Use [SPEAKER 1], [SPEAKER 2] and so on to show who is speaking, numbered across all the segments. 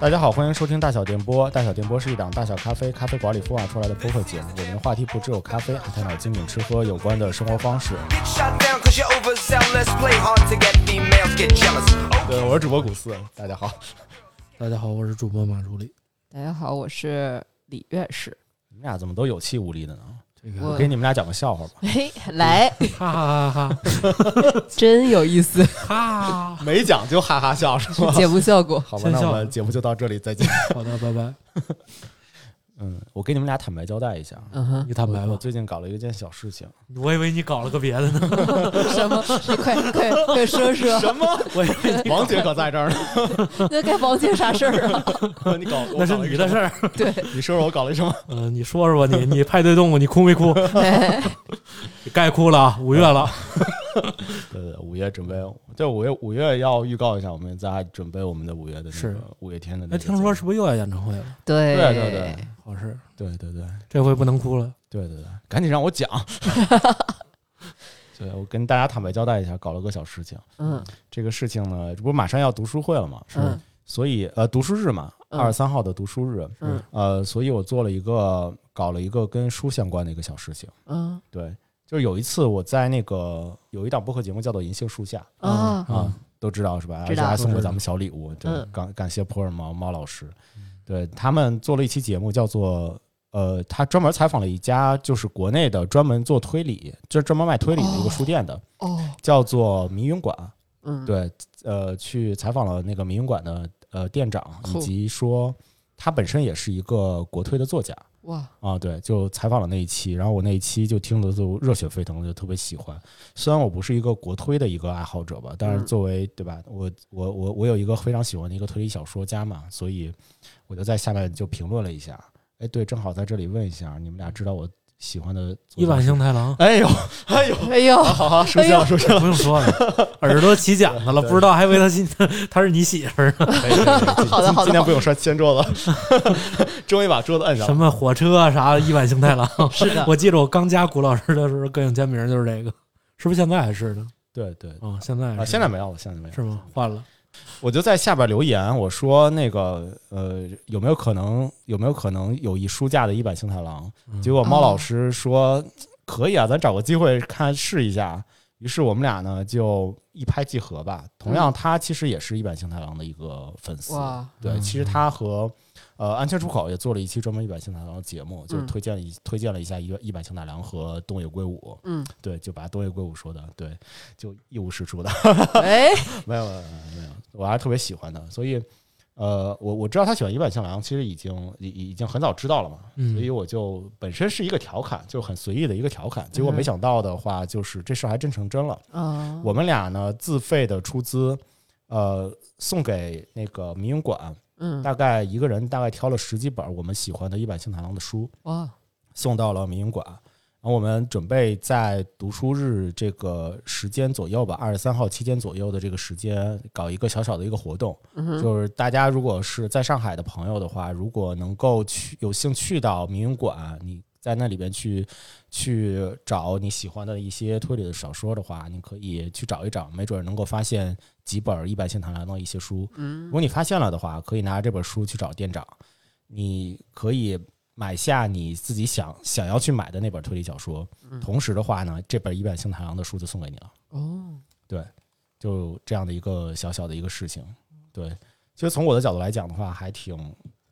[SPEAKER 1] 大家好，欢迎收听大小电波。大小电波是一档大小咖啡咖啡馆里孵化出来的播客节目，我们的话题不只有咖啡，还探讨精品吃喝有关的生活方式。
[SPEAKER 2] Get shot down cause you're overzealous. Play hard to get females, get jealous. Oh,
[SPEAKER 1] 对，我是主播古四，大家好。
[SPEAKER 3] 大家好，我是主播马助理。
[SPEAKER 4] 大家好，我是李院 士。
[SPEAKER 1] 你们俩怎么都有气无力的呢？
[SPEAKER 3] 这
[SPEAKER 4] 我
[SPEAKER 3] 个
[SPEAKER 1] 我给你们俩讲个笑话吧。
[SPEAKER 4] 嘿，哎来，
[SPEAKER 3] 哈哈哈
[SPEAKER 4] 真有意思，
[SPEAKER 3] 哈哈哈！
[SPEAKER 1] 没讲就哈哈笑是吗？
[SPEAKER 4] 节目效 果。
[SPEAKER 1] 好吧，
[SPEAKER 3] 先
[SPEAKER 1] 那
[SPEAKER 3] 笑
[SPEAKER 1] 我们节目就到这里，再见。
[SPEAKER 3] 好的，拜拜。
[SPEAKER 1] 嗯，我给你们俩坦白交代一下，啊
[SPEAKER 4] 嗯哼，
[SPEAKER 3] 你坦白
[SPEAKER 1] 我
[SPEAKER 3] 吧，
[SPEAKER 1] 最近搞了一件小事情。
[SPEAKER 5] 我以为你搞了个别 的呢，
[SPEAKER 4] 什么？你 快快快说说，
[SPEAKER 1] 么？
[SPEAKER 5] 我以为
[SPEAKER 1] 王姐可在这儿呢。
[SPEAKER 4] 那该王姐啥事儿啊？
[SPEAKER 1] 你 搞
[SPEAKER 5] 那是你的事
[SPEAKER 1] 儿，
[SPEAKER 5] 儿。
[SPEAKER 4] 对，
[SPEAKER 1] 你说说我搞了一什么？
[SPEAKER 5] 嗯、你说说吧，你 你派对动物，你哭 没哭？
[SPEAKER 4] 哎
[SPEAKER 5] 你该哭了啊，五月了，
[SPEAKER 1] 对对，五月准备，对五月五月要预告一下，我们在准备我们的五月的那
[SPEAKER 3] 是
[SPEAKER 1] 个五月天的那
[SPEAKER 3] 哎，
[SPEAKER 1] 个节目。
[SPEAKER 3] 听说是不是又要演唱会了？
[SPEAKER 4] 对
[SPEAKER 1] 对对对
[SPEAKER 3] 好事，
[SPEAKER 1] 对对对
[SPEAKER 5] 这回不能哭了。
[SPEAKER 1] 对对对，赶紧让 我讲。对，我跟大家坦白交代一下，搞了个小事情。
[SPEAKER 4] 嗯
[SPEAKER 1] 这个事情呢，这不是马上要读书会了嘛，
[SPEAKER 4] 嗯
[SPEAKER 1] 所以呃，读书日嘛，
[SPEAKER 4] 嗯
[SPEAKER 1] 二十三号的读书日，
[SPEAKER 4] 嗯
[SPEAKER 1] 呃，所以我做了一个搞了一个跟书相关的一个小事情。
[SPEAKER 4] 嗯
[SPEAKER 1] 对，就是有一次我在那个有一档播客节目叫做《银杏树下》，
[SPEAKER 4] 啊
[SPEAKER 1] 啊、都知道是吧？
[SPEAKER 4] 知道
[SPEAKER 1] 而且还送过咱们小礼物，对，
[SPEAKER 4] 嗯
[SPEAKER 1] 感感谢普洱猫猫老师，对他们做了一期节目，叫做呃，他专门采访了一家就是国内的专门做推理，就是专门卖推理的一个书店的，
[SPEAKER 4] 哦
[SPEAKER 1] 叫做迷云馆，
[SPEAKER 4] 嗯
[SPEAKER 1] 对，呃，去采访了那个迷云馆的呃店长，以
[SPEAKER 4] 酷
[SPEAKER 1] 及说他本身也是一个国推的作家，
[SPEAKER 4] 哇
[SPEAKER 1] 啊，对，就采访了那一期，然后我那一期就听得就热血沸腾，就特别喜欢。虽然我不是一个国推的一个爱好者吧，但是
[SPEAKER 4] 嗯
[SPEAKER 1] 作为对吧，我我我我有一个非常喜欢的一个推理小说家嘛，所以我就在下面就评论了一下。哎，对，正好在这里问一下，你们俩知道我喜欢的作
[SPEAKER 5] 一
[SPEAKER 1] 家
[SPEAKER 5] 碗
[SPEAKER 1] 是，
[SPEAKER 5] 星太郎
[SPEAKER 1] 哎呦，哎呦，
[SPEAKER 4] 哎呦
[SPEAKER 1] 好好熟悉了，熟悉了，
[SPEAKER 5] 不用说了，耳朵起茧子
[SPEAKER 1] 对
[SPEAKER 5] 了，不知道还以为他心 他是你媳妇 儿呢。
[SPEAKER 1] 可以可以可以哎今
[SPEAKER 4] 好的
[SPEAKER 1] 今
[SPEAKER 4] 好的
[SPEAKER 1] 今天不用摔掀桌子， 终于把桌子摁上
[SPEAKER 5] 什
[SPEAKER 1] 了。
[SPEAKER 5] 么火车啊啥，一碗星 太郎。
[SPEAKER 4] 是的
[SPEAKER 5] 我记得我刚加古老师的时候，个性签名就是这个，是不是现在还是呢？
[SPEAKER 1] 对对
[SPEAKER 5] 啊、现在还是、
[SPEAKER 1] 啊，现在没有了，现在没有了
[SPEAKER 5] 是吗？换了，
[SPEAKER 1] 我就在下边留言，我说那个呃，有没有可能有没有可能有一书架的一版星太郎？
[SPEAKER 5] 嗯
[SPEAKER 1] 结果猫
[SPEAKER 4] 哦
[SPEAKER 1] 老师说可以啊，咱找个机会看试一下。于是我们俩呢就一拍即合吧。
[SPEAKER 4] 嗯
[SPEAKER 1] 同样，他其实也是一版星太郎的一个粉丝。
[SPEAKER 4] 哇
[SPEAKER 1] 对，
[SPEAKER 5] 嗯
[SPEAKER 1] 其实他和呃安全出口也做了一期专门一版星太郎的节目，就是
[SPEAKER 4] 嗯
[SPEAKER 1] 推荐了一、推荐了一下一一版星太郎和东野圭吾。
[SPEAKER 4] 嗯
[SPEAKER 1] 对，就把东野圭吾说的对，就一无是处的。
[SPEAKER 4] 哎
[SPEAKER 1] 没有没有没有没有，我还是特别喜欢他，所以呃，我我知道他喜欢一坂向良，其实已经已已已经很早知道了嘛，
[SPEAKER 5] 嗯
[SPEAKER 1] 所以我就本身是一个调侃，就很随意的一个调侃，结果
[SPEAKER 4] 嗯
[SPEAKER 1] 没想到的话，就是这事儿还真成真了。
[SPEAKER 4] 啊
[SPEAKER 1] 我们俩呢自费的出资，呃，送给那个民营馆，
[SPEAKER 4] 嗯
[SPEAKER 1] 大概一个人大概挑了十几本我们喜欢的一坂幸太郎的书，
[SPEAKER 4] 哇
[SPEAKER 1] 送到了民营馆。然后我们准备在读书日这个时间左右吧，二十三号期间左右的这个时间搞一个小小的一个活动，
[SPEAKER 4] 嗯哼
[SPEAKER 1] 就是大家如果是在上海的朋友的话，如果能够去有幸去到民营馆，你在那里边去去找你喜欢的一些推理的小说的话，你可以去找一找，没准能够发现几本一百线堂来的一些书。
[SPEAKER 4] 嗯
[SPEAKER 1] 如果你发现了的话，可以拿这本书去找店长，你可以买下你自己想想要去买的那本推理小说。
[SPEAKER 4] 嗯
[SPEAKER 1] 同时的话呢，这本一百星太郎的书就送给你了。
[SPEAKER 4] 哦
[SPEAKER 1] 对，就这样的一个小小的一个事情。对，其实从我的角度来讲的话，还挺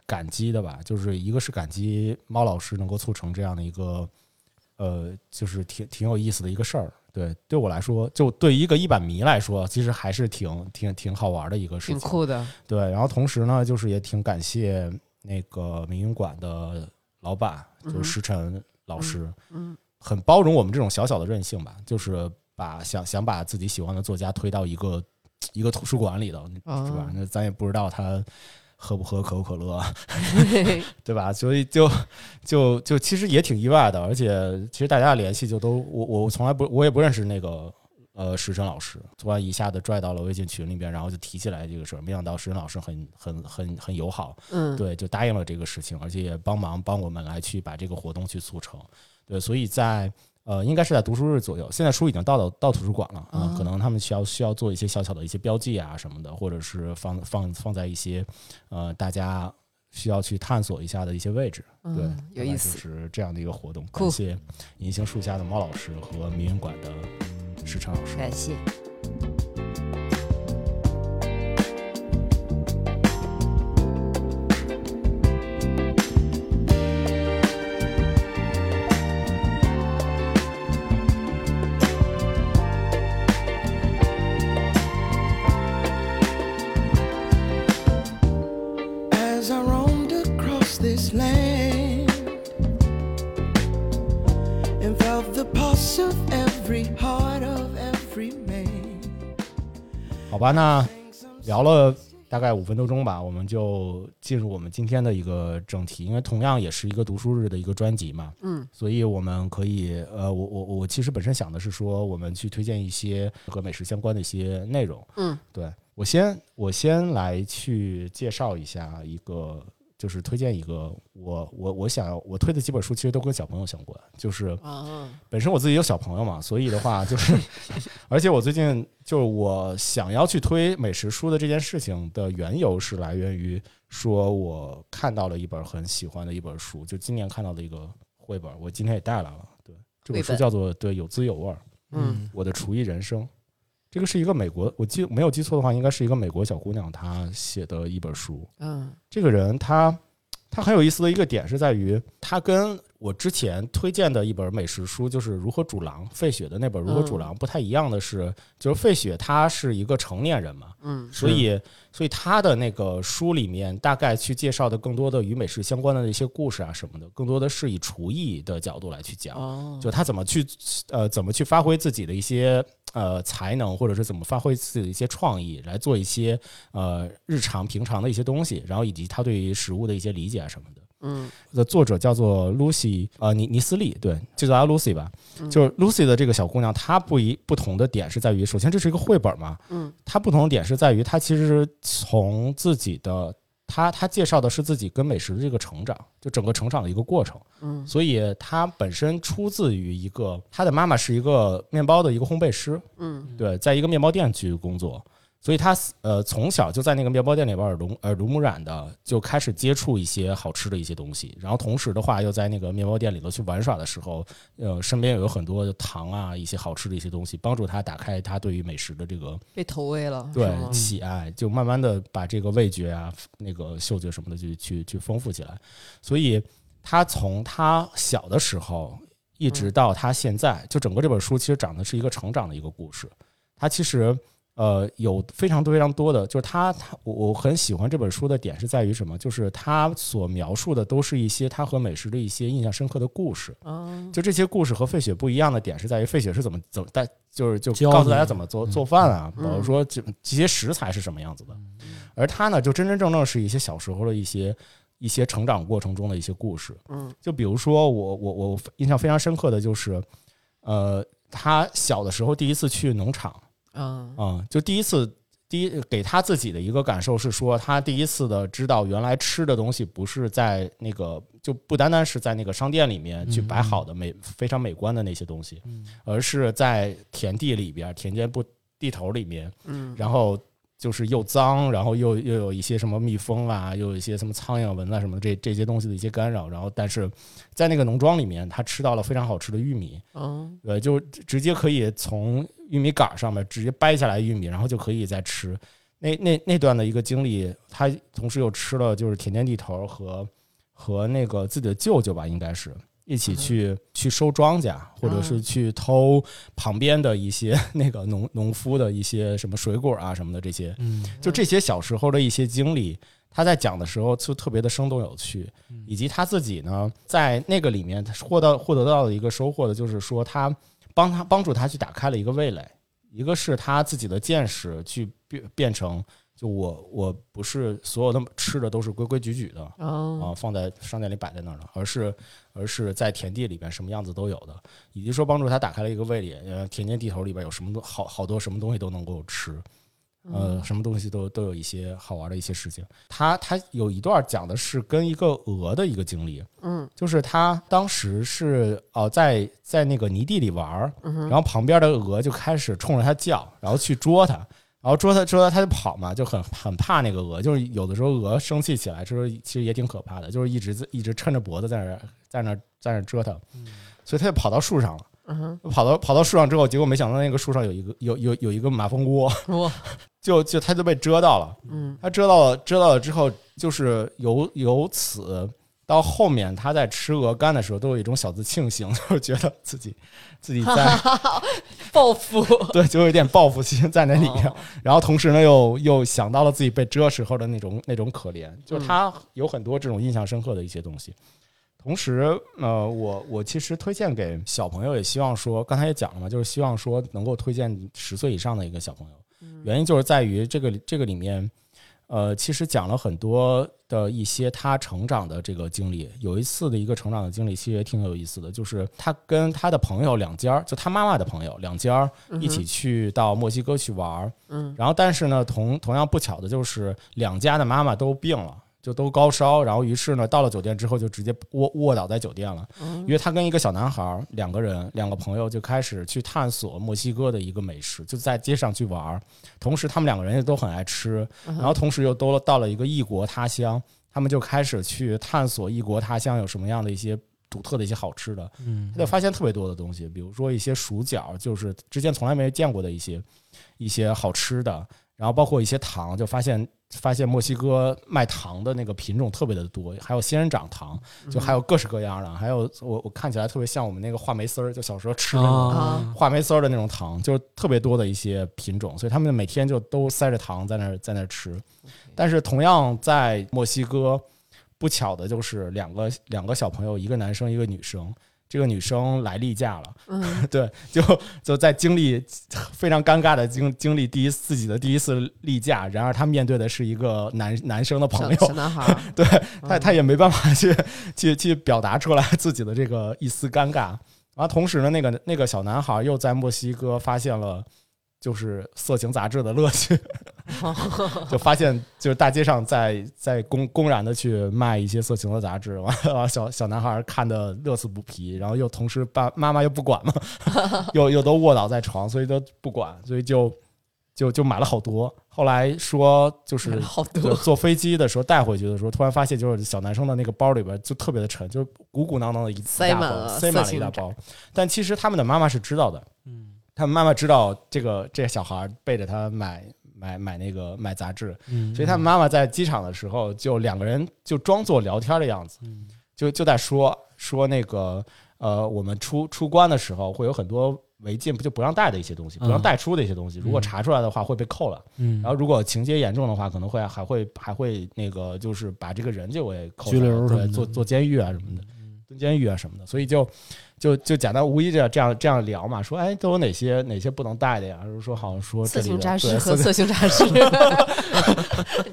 [SPEAKER 1] 感激的吧。就是一个是感激猫老师能够促成这样的一个，呃，就是挺挺有意思的一个事儿。对，对我来说，就对于一个一版迷来说，其实还是挺挺挺好玩的一个事
[SPEAKER 4] 挺
[SPEAKER 1] 情。
[SPEAKER 4] 酷的
[SPEAKER 1] 对，然后同时呢，就是也挺感谢那个民营馆的老板，就
[SPEAKER 4] 嗯哼
[SPEAKER 1] 是石晨老师，
[SPEAKER 4] 嗯
[SPEAKER 1] 很包容我们这种小小的任性吧，就是把想想把自己喜欢的作家推到一个一个图书馆里头，
[SPEAKER 4] 啊
[SPEAKER 1] 是吧？那咱也不知道他喝不喝可口可乐，
[SPEAKER 4] 嘿嘿
[SPEAKER 1] 对吧？所以就就就其实也挺意外的，而且其实大家联系就都我我从来不我也不认识那个。呃，石晨老师突然一下子拽到了微信群里边，然后就提起来这个事儿，没想到石晨老师很很很很友好，
[SPEAKER 4] 嗯
[SPEAKER 1] 对，就答应了这个事情，而且也帮忙帮我们来去把这个活动去促成。对，所以在呃，应该是在读书日左右。现在书已经到到到图书馆了啊、
[SPEAKER 4] 啊
[SPEAKER 1] 可能他们需要需要做一些小小的一些标记啊什么的，或者是放放放在一些呃大家需要去探索一下的一些位置。对，
[SPEAKER 4] 嗯，
[SPEAKER 1] 大概
[SPEAKER 4] 有意
[SPEAKER 1] 就
[SPEAKER 4] 思。
[SPEAKER 1] 是这样的一个活动。
[SPEAKER 4] 酷
[SPEAKER 1] 感谢银杏树下的猫老师和民云馆的石川老师。
[SPEAKER 4] 感谢。
[SPEAKER 6] As I roamed across this land and felt the pulse of every heart of every man.
[SPEAKER 1] 好吧，那聊了大概五分多钟吧，我们就进入我们今天的一个正题，因为同样也是一个读书日的一个专辑嘛，
[SPEAKER 4] 嗯，
[SPEAKER 1] 所以我们可以，呃，我我我其实本身想的是说，我们去推荐一些和美食相关的一些内容，
[SPEAKER 4] 嗯，
[SPEAKER 1] 对我先我先来去介绍一下一个。就是推荐一个我我我想要我推的几本书，其实都跟小朋友相关。就是
[SPEAKER 4] 啊，
[SPEAKER 1] 本身我自己有小朋友嘛，所以的话就是， 而且我最近就是我想要去推美食书的这件事情的缘由是来源于说我看到了一本很喜欢的一本书，就今年看到的一个绘本，我今天也带来了。对，这本
[SPEAKER 4] 绘
[SPEAKER 1] 书
[SPEAKER 4] 本
[SPEAKER 1] 叫做《对有滋有味儿：
[SPEAKER 4] 嗯，
[SPEAKER 1] 我的厨艺人生》，这个是一个美国，我记没有记错的话，应该是一个美国小姑娘她写的一本书。
[SPEAKER 4] 嗯，
[SPEAKER 1] 这个人他他很有意思的一个点是在于，他跟我之前推荐的一本美食书，就是《如何煮狼》费雪的那本《如何煮狼》不太一样的是，就是费雪他是一个成年人嘛，
[SPEAKER 4] 嗯，
[SPEAKER 1] 所以所以他的那个书里面大概去介绍的更多的与美食相关的一些故事啊什么的，更多的是以厨艺的角度来去讲。
[SPEAKER 4] 哦，
[SPEAKER 1] 就他怎么去呃怎么去发挥自己的一些呃才能，或者是怎么发挥自己的一些创意，来做一些呃日常平常的一些东西，然后以及他对于食物的一些理解啊什么的。
[SPEAKER 4] 嗯
[SPEAKER 1] 的作者叫做 Lucy，呃，尼尼斯利，对，就叫她 Lucy 吧。就是 Lucy 的这个小姑娘，她不一不同的点是在于，首先这是一个绘本嘛，
[SPEAKER 4] 嗯，
[SPEAKER 1] 它不同的点是在于，她其实从自己的，她她介绍的是自己跟美食的这个成长，就整个成长的一个过程，
[SPEAKER 4] 嗯，
[SPEAKER 1] 所以她本身出自于一个，她的妈妈是一个面包的一个烘焙师，
[SPEAKER 4] 嗯，
[SPEAKER 1] 对，在一个面包店去工作，所以他呃从小就在那个面包店里边耳濡耳濡目染的就开始接触一些好吃的一些东西，然后同时的话又在那个面包店里头去玩耍的时候，呃身边有很多糖啊一些好吃的一些东西，帮助他打开他对于美食的这个
[SPEAKER 4] 被投喂了，
[SPEAKER 1] 对
[SPEAKER 4] 是吗
[SPEAKER 1] 喜爱，就慢慢的把这个味觉啊、那个嗅觉什么的去去去丰富起来。所以他从他小的时候一直到他现在，就整个这本书其实讲的是一个成长的一个故事。他其实呃有非常多非常多的，就是他他我我很喜欢这本书的点是在于什么？就是他所描述的都是一些他和美食的一些印象深刻的故事。
[SPEAKER 4] 啊，
[SPEAKER 1] 就这些故事和费雪不一样的点是在于，费雪是怎么怎么带，就是就
[SPEAKER 5] 教
[SPEAKER 1] 告诉
[SPEAKER 5] 你
[SPEAKER 1] 大家怎么做做饭啊，比
[SPEAKER 4] 嗯
[SPEAKER 1] 如说这这些食材是什么样子的，
[SPEAKER 5] 嗯
[SPEAKER 1] 而他呢，就真真正正是一些小时候的一些一些成长过程中的一些故事。
[SPEAKER 4] 嗯，
[SPEAKER 1] 就比如说我我我印象非常深刻的就是，呃，他小的时候第一次去农场，
[SPEAKER 4] 啊，
[SPEAKER 1] 嗯，就第一次。第一，给他自己的一个感受是说，他第一次的知道原来吃的东西不是在那个，就不单单是在那个商店里面去摆好的美、非常美观的那些东西，而是在田地里边、田间不地头里面，
[SPEAKER 4] 嗯，
[SPEAKER 1] 然后就是又脏，然后又又有一些什么蜜蜂啊，又有一些什么苍蝇、蚊啊什么这这些东西的一些干扰，然后但是在那个农庄里面，他吃到了非常好吃的玉米，
[SPEAKER 4] 嗯，
[SPEAKER 1] 对，就直直接可以从玉米杆儿上面直接掰下来玉米，然后就可以再吃。那那那段的一个经历，他同时又吃了就是田间地头儿和和那个自己的舅舅吧，应该是一起去、去收庄稼，或者是去偷旁边的一些 那个农农夫的一些什么水果啊什么的这些，
[SPEAKER 5] 嗯，
[SPEAKER 1] 就这些小时候的一些经历，他在讲的时候就特别的生动有趣，以及他自己呢，在那个里面他获得获得到的一个收获的，就是说他帮他帮助他去打开了一个味蕾，一个是他自己的见识去变变成，就我我不是所有的吃的都是规规矩矩的，
[SPEAKER 4] 啊，
[SPEAKER 1] 啊，放在商店里摆在那儿了，而是而是在田地里边什么样子都有的，以及说帮助他打开了一个味蕾，呃，田间地头里边有什么都好好多什么东西都能够吃，呃，
[SPEAKER 4] 嗯
[SPEAKER 1] 什么东西都都有一些好玩的一些事情。他他有一段讲的是跟一个鹅的一个经历，
[SPEAKER 4] 嗯
[SPEAKER 1] 就是他当时是哦、呃在在那个泥地里玩儿，
[SPEAKER 4] 嗯哼
[SPEAKER 1] 然后旁边的鹅就开始冲着他叫，然后去捉它，然后捉它捉它它就跑嘛，就很很怕那个鹅，就是有的时候鹅生气起来，之后其实也挺可怕的，就是一直在一直抻着脖子在那儿在那儿在那儿折腾，所以他就跑到树上了。
[SPEAKER 4] 嗯哼，
[SPEAKER 1] 跑到跑到树上之后，结果没想到那个树上有一个有有有一个马蜂窝，
[SPEAKER 4] 我
[SPEAKER 1] 就就它就被蛰到了。
[SPEAKER 4] 嗯
[SPEAKER 1] 它蛰到了蛰到了之后，就是由由此到后面，它在吃鹅肝的时候，都有一种小自庆幸， 就是觉得自己自己在
[SPEAKER 4] 报 复
[SPEAKER 1] 对，就有一点报复心在那里面。然后同时呢，又又想到了自己被蛰时候的那种那种可怜，就是他有很多这种印象深刻的一些东西。同时，呃，我我其实推荐给小朋友，也希望说，刚才也讲了嘛，就是希望说能够推荐十岁以上的一个小朋友，原因就是在于这个这个里面，呃，其实讲了很多的一些他成长的这个经历。有一次的一个成长的经历，其实也挺有意思的，就是他跟他的朋友两家儿，就他妈妈的朋友两家儿一起去到墨西哥去玩儿，
[SPEAKER 4] 嗯，
[SPEAKER 1] 然后但是呢，同同样不巧的就是两家的妈妈都病了。就都高烧，然后于是呢，到了酒店之后就直接卧卧倒在酒店了，因为他跟一个小男孩儿两个人两个朋友就开始去探索墨西哥的一个美食，就在街上去玩儿，同时他们两个人也都很爱吃，然
[SPEAKER 4] 哦
[SPEAKER 1] 后同时又都到了一个异国他乡，他们就开始去探索异国他乡有什么样的一些独特的一些好吃的，
[SPEAKER 5] 嗯
[SPEAKER 1] 他就发现特别多的东西，比如说一些薯角，就是之前从来没见过的一些一些好吃的，然后包括一些糖，就发现发现墨西哥卖糖的那个品种特别的多，还有仙人掌糖，就还有各式各样的，还有我我看起来特别像我们那个话梅丝儿，就小时候吃的那种
[SPEAKER 4] 啊，
[SPEAKER 1] 话梅丝儿的那种糖，就是特别多的一些品种，所以他们每天就都塞着糖在那儿在那儿吃。但是同样在墨西哥，不巧的就是两个两个小朋友，一个男生一个女生。这个女生来例假了，
[SPEAKER 4] 嗯
[SPEAKER 1] 对，就就在经历非常尴尬的经经历第一自己的第一次例假，然而她面对的是一个男男生的哦朋
[SPEAKER 4] 小
[SPEAKER 1] 友，
[SPEAKER 4] 小男孩儿，
[SPEAKER 1] 对
[SPEAKER 4] 嗯
[SPEAKER 1] 他他也没办法去去去表达出来自己的这个一丝尴尬。然后同时呢，那个那个小男孩又在墨西哥发现了就是色情杂志的乐趣，就发现就是大街上在在公公然的去卖一些色情的杂志，完了小小男孩看的乐此不疲，然后又同时爸妈妈又不管嘛，又又都卧倒在床，所以都不管，所以就就就买了好多。后来说 就是
[SPEAKER 4] 好
[SPEAKER 1] 对，
[SPEAKER 4] 多
[SPEAKER 1] 坐飞机的时候带回去的时候，突然发现就是小男生的那个包里边就特别的沉，就是鼓鼓囊囊的一
[SPEAKER 4] 塞
[SPEAKER 1] 一大
[SPEAKER 4] 满
[SPEAKER 1] 包
[SPEAKER 4] 了
[SPEAKER 1] 塞满了
[SPEAKER 4] 色
[SPEAKER 1] 一
[SPEAKER 4] 情
[SPEAKER 1] 大
[SPEAKER 4] 纸
[SPEAKER 1] 包。但其实他们的妈妈是知道的，
[SPEAKER 5] 嗯
[SPEAKER 1] 他们妈妈知道这个这个小孩背着他买买买那个买杂志，
[SPEAKER 5] 嗯，
[SPEAKER 1] 所以他们妈妈在机场的时候就两个人就装作聊天的样子，
[SPEAKER 5] 嗯
[SPEAKER 1] 就就在说说那个呃，我们出出关的时候会有很多违禁不就不让带的一些东西，不让
[SPEAKER 5] 嗯
[SPEAKER 1] 带出的一些东西，如果
[SPEAKER 5] 嗯
[SPEAKER 1] 查出来的话会被扣了。
[SPEAKER 5] 嗯，
[SPEAKER 1] 然后如果情节严重的话，可能会还会还会那个就是把这个人就给扣
[SPEAKER 5] 拘
[SPEAKER 1] 下来
[SPEAKER 5] 留什
[SPEAKER 1] 对
[SPEAKER 5] 么的
[SPEAKER 1] 坐坐监狱啊什么的，
[SPEAKER 5] 嗯
[SPEAKER 1] 蹲监狱啊什么的，所以就就就假当无意这样这样这样聊嘛，说哎都有哪些哪些不能带的呀？就是说好像说这
[SPEAKER 4] 色
[SPEAKER 1] 里
[SPEAKER 4] 情
[SPEAKER 1] 的
[SPEAKER 4] 杂志
[SPEAKER 1] 对
[SPEAKER 4] 和
[SPEAKER 1] 色情
[SPEAKER 4] 色情杂 志，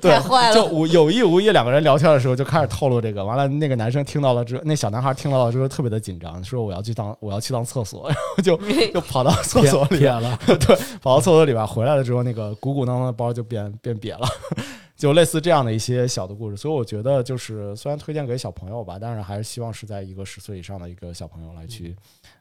[SPEAKER 1] 对
[SPEAKER 4] 太坏
[SPEAKER 1] 就
[SPEAKER 4] 了，
[SPEAKER 1] 无有意无意两个人聊天的时候就开始透露这个，完了那个男生听到了之后，那小男孩听到了之后特别的紧张，说我要去当我要去当厕所，然后就就跑到厕
[SPEAKER 5] 撇
[SPEAKER 1] 所里
[SPEAKER 5] 撇了，
[SPEAKER 1] 对，跑到厕所里边回来了之后，那个鼓鼓囊囊的包就变变瘪了， 就类似这样的一些小的故事。所以我觉得，就是虽然推荐给小朋友吧，但是还是希望是在一个十岁以上的一个小朋友来去、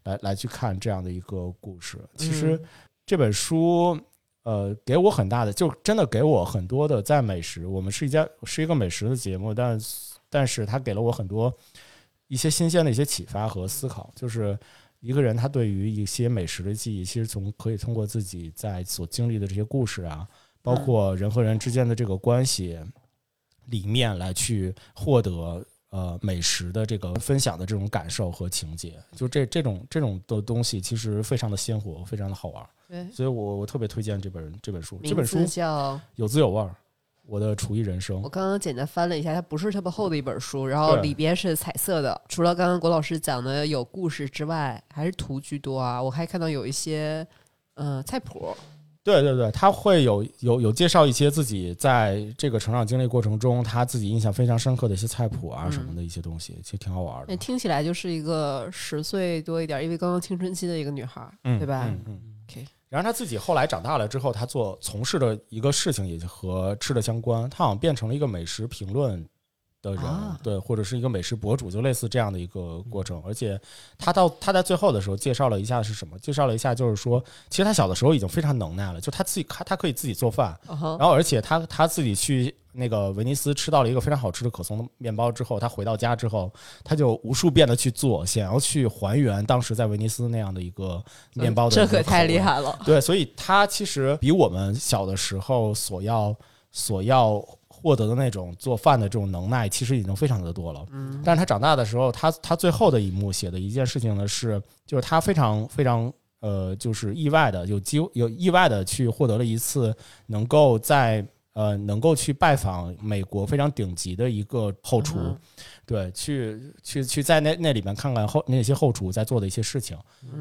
[SPEAKER 1] 来来去看这样的一个故事。其实这本书。呃，给我很大的，就真的给我很多的在美食。我们是一家是一个美食的节目，但但是它给了我很多一些新鲜的一些启发和思考，就是一个人他对于一些美食的记忆，其实从可以通过自己在所经历的这些故事啊，包
[SPEAKER 4] 嗯
[SPEAKER 1] 括人和人之间的这个关系里面来去获得呃美食的这个分享的这种感受和情节，就这这种这种的东西，其实非常的鲜活，非常的好玩，
[SPEAKER 4] 对，
[SPEAKER 1] 所以我我特别推荐这本这本书，这
[SPEAKER 4] 名
[SPEAKER 1] 本书
[SPEAKER 4] 字叫
[SPEAKER 1] 有滋有味儿，我的厨艺人生
[SPEAKER 4] 我。刚刚简单翻了一下，它不是特别厚的一本书，然后
[SPEAKER 1] 对
[SPEAKER 4] 里边是彩色的。除了刚刚郭老师讲的有故事之外，还是图居多啊。我还看到有一些嗯、呃菜谱，
[SPEAKER 1] 对对对，他会有有有介绍一些自己在这个成长经历过程中，他自己印象非常深刻的一些菜谱啊
[SPEAKER 4] 嗯
[SPEAKER 1] 什么的一些东西，其实挺好玩
[SPEAKER 4] 那
[SPEAKER 1] 的。
[SPEAKER 4] 听起来就是一个十岁多一点，因为刚刚青春期的一个女孩，
[SPEAKER 1] 嗯，
[SPEAKER 4] 对吧？
[SPEAKER 1] 嗯嗯
[SPEAKER 4] OK。
[SPEAKER 1] 然后他自己后来长大了之后，他做从事的一个事情也和吃的相关，他好像变成了一个美食评论的人，
[SPEAKER 4] 啊嗯
[SPEAKER 1] 对，或者是一个美食博主，就类似这样的一个过程。而且他到他在最后的时候介绍了一下是什么，介绍了一下就是说，其实他小的时候已经非常能耐了，就他自己他他可以自己做饭，
[SPEAKER 4] 嗯哼
[SPEAKER 1] 然后而且他他自己去那个威尼斯吃到了一个非常好吃的可颂面包之后，他回到家之后，他就无数遍的去做，想要去还原当时在威尼斯那样的一个面包的、
[SPEAKER 4] 这可太厉！害了。
[SPEAKER 1] 对，所以他其实比我们小的时候所要所要获得的那种做饭的这种能耐，其实已经非常的多了。嗯，但是他长大的时候，他他最后的一幕写的一件事情呢是，就是他非常非常呃，就是意外的有机有意外的去获得了一次能够在。呃，能够去拜访美国非常顶级的一个后厨，
[SPEAKER 4] 嗯哼
[SPEAKER 1] 对，去去去在那那里面看看后那些后厨在做的一些事情，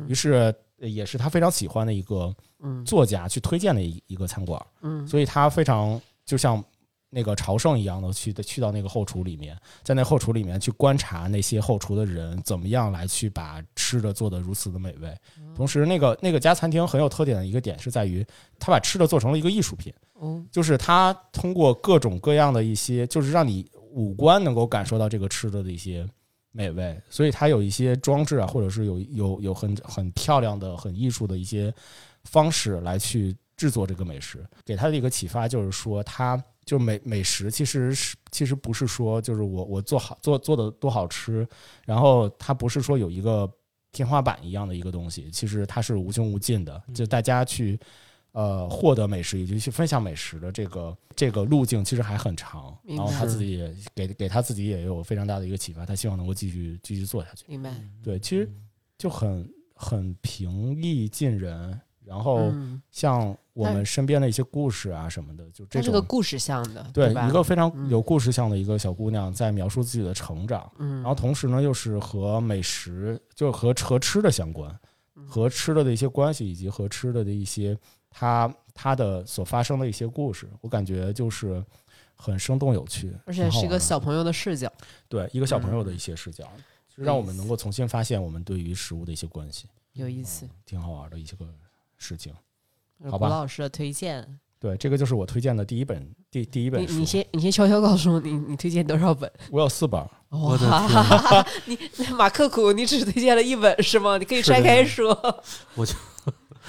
[SPEAKER 1] 于是呃也是他非常喜欢的一个
[SPEAKER 4] 嗯
[SPEAKER 1] 作家去推荐的一一个餐馆，
[SPEAKER 4] 嗯，
[SPEAKER 1] 所以他非常就像那个朝圣一样的去去到那个后厨里面，在那后厨里面去观察那些后厨的人怎么样来去把吃的做得如此的美味。同时，那个那个家餐厅很有特点的一个点是在于，他把吃的做成了一个艺术品，
[SPEAKER 4] 哦，
[SPEAKER 1] 就是他通过各种各样的一些，就是让你五官能够感受到这个吃的的一些美味，所以它有一些装置啊，或者是有有有很很漂亮的、很艺术的一些方式来去制作这个美食。给他的一个启发就是说，他就美美食其实是其实不是说就是我我做好做做的多好吃，然后它不是说有一个天花板一样的一个东西，其实它是无穷无尽的，
[SPEAKER 4] 嗯
[SPEAKER 1] 就大家去。呃，获得美食以及去分享美食的这个这个路径其实还很长，
[SPEAKER 4] 明
[SPEAKER 1] 然
[SPEAKER 4] 白
[SPEAKER 1] 后他自己也给给他自己也有非常大的一个启发，他希望能够继续继续做下去。
[SPEAKER 4] 明白。
[SPEAKER 1] 对，其
[SPEAKER 4] 嗯
[SPEAKER 1] 实
[SPEAKER 5] 嗯
[SPEAKER 1] 就很很平易近人，然后
[SPEAKER 4] 嗯，
[SPEAKER 1] 像我
[SPEAKER 4] 但
[SPEAKER 1] 们身边的一些故事啊什么的，就这
[SPEAKER 4] 它是个
[SPEAKER 1] 种
[SPEAKER 4] 故事向的，
[SPEAKER 1] 对
[SPEAKER 4] 吧
[SPEAKER 1] 一？个非常
[SPEAKER 4] 嗯
[SPEAKER 1] 有故事性的一个小姑娘在描述自己的成长，
[SPEAKER 4] 嗯，
[SPEAKER 1] 然后同时呢又是和美食，就是和和吃的相关，
[SPEAKER 4] 嗯
[SPEAKER 1] 和吃的的一些关系，以及和吃的的一些她她的所发生的一些故事，我感觉就是很生动有趣，
[SPEAKER 4] 而
[SPEAKER 1] 挺
[SPEAKER 4] 且
[SPEAKER 1] 好
[SPEAKER 4] 是一
[SPEAKER 1] 玩
[SPEAKER 4] 个
[SPEAKER 1] 的
[SPEAKER 4] 小嗯朋友的视角。
[SPEAKER 1] 对一个小朋友的一些视角，就让我们能够重新发现我们对于食物的一些关系。
[SPEAKER 4] 有意思，呃
[SPEAKER 1] 挺好玩的一些个事情。
[SPEAKER 4] 古
[SPEAKER 1] 嗯好吧
[SPEAKER 4] 老师的推荐，
[SPEAKER 1] 对，这个就是我推荐的第一本第第一
[SPEAKER 4] 你
[SPEAKER 1] 本
[SPEAKER 4] 你
[SPEAKER 1] 书，
[SPEAKER 4] 先你先悄悄告诉我，你你推荐多少本？
[SPEAKER 1] 我有四本儿。
[SPEAKER 4] 哇，哈，你马克苦，你只推荐了一本是吗？你可以
[SPEAKER 5] 是的
[SPEAKER 4] 拆开说，
[SPEAKER 5] 我就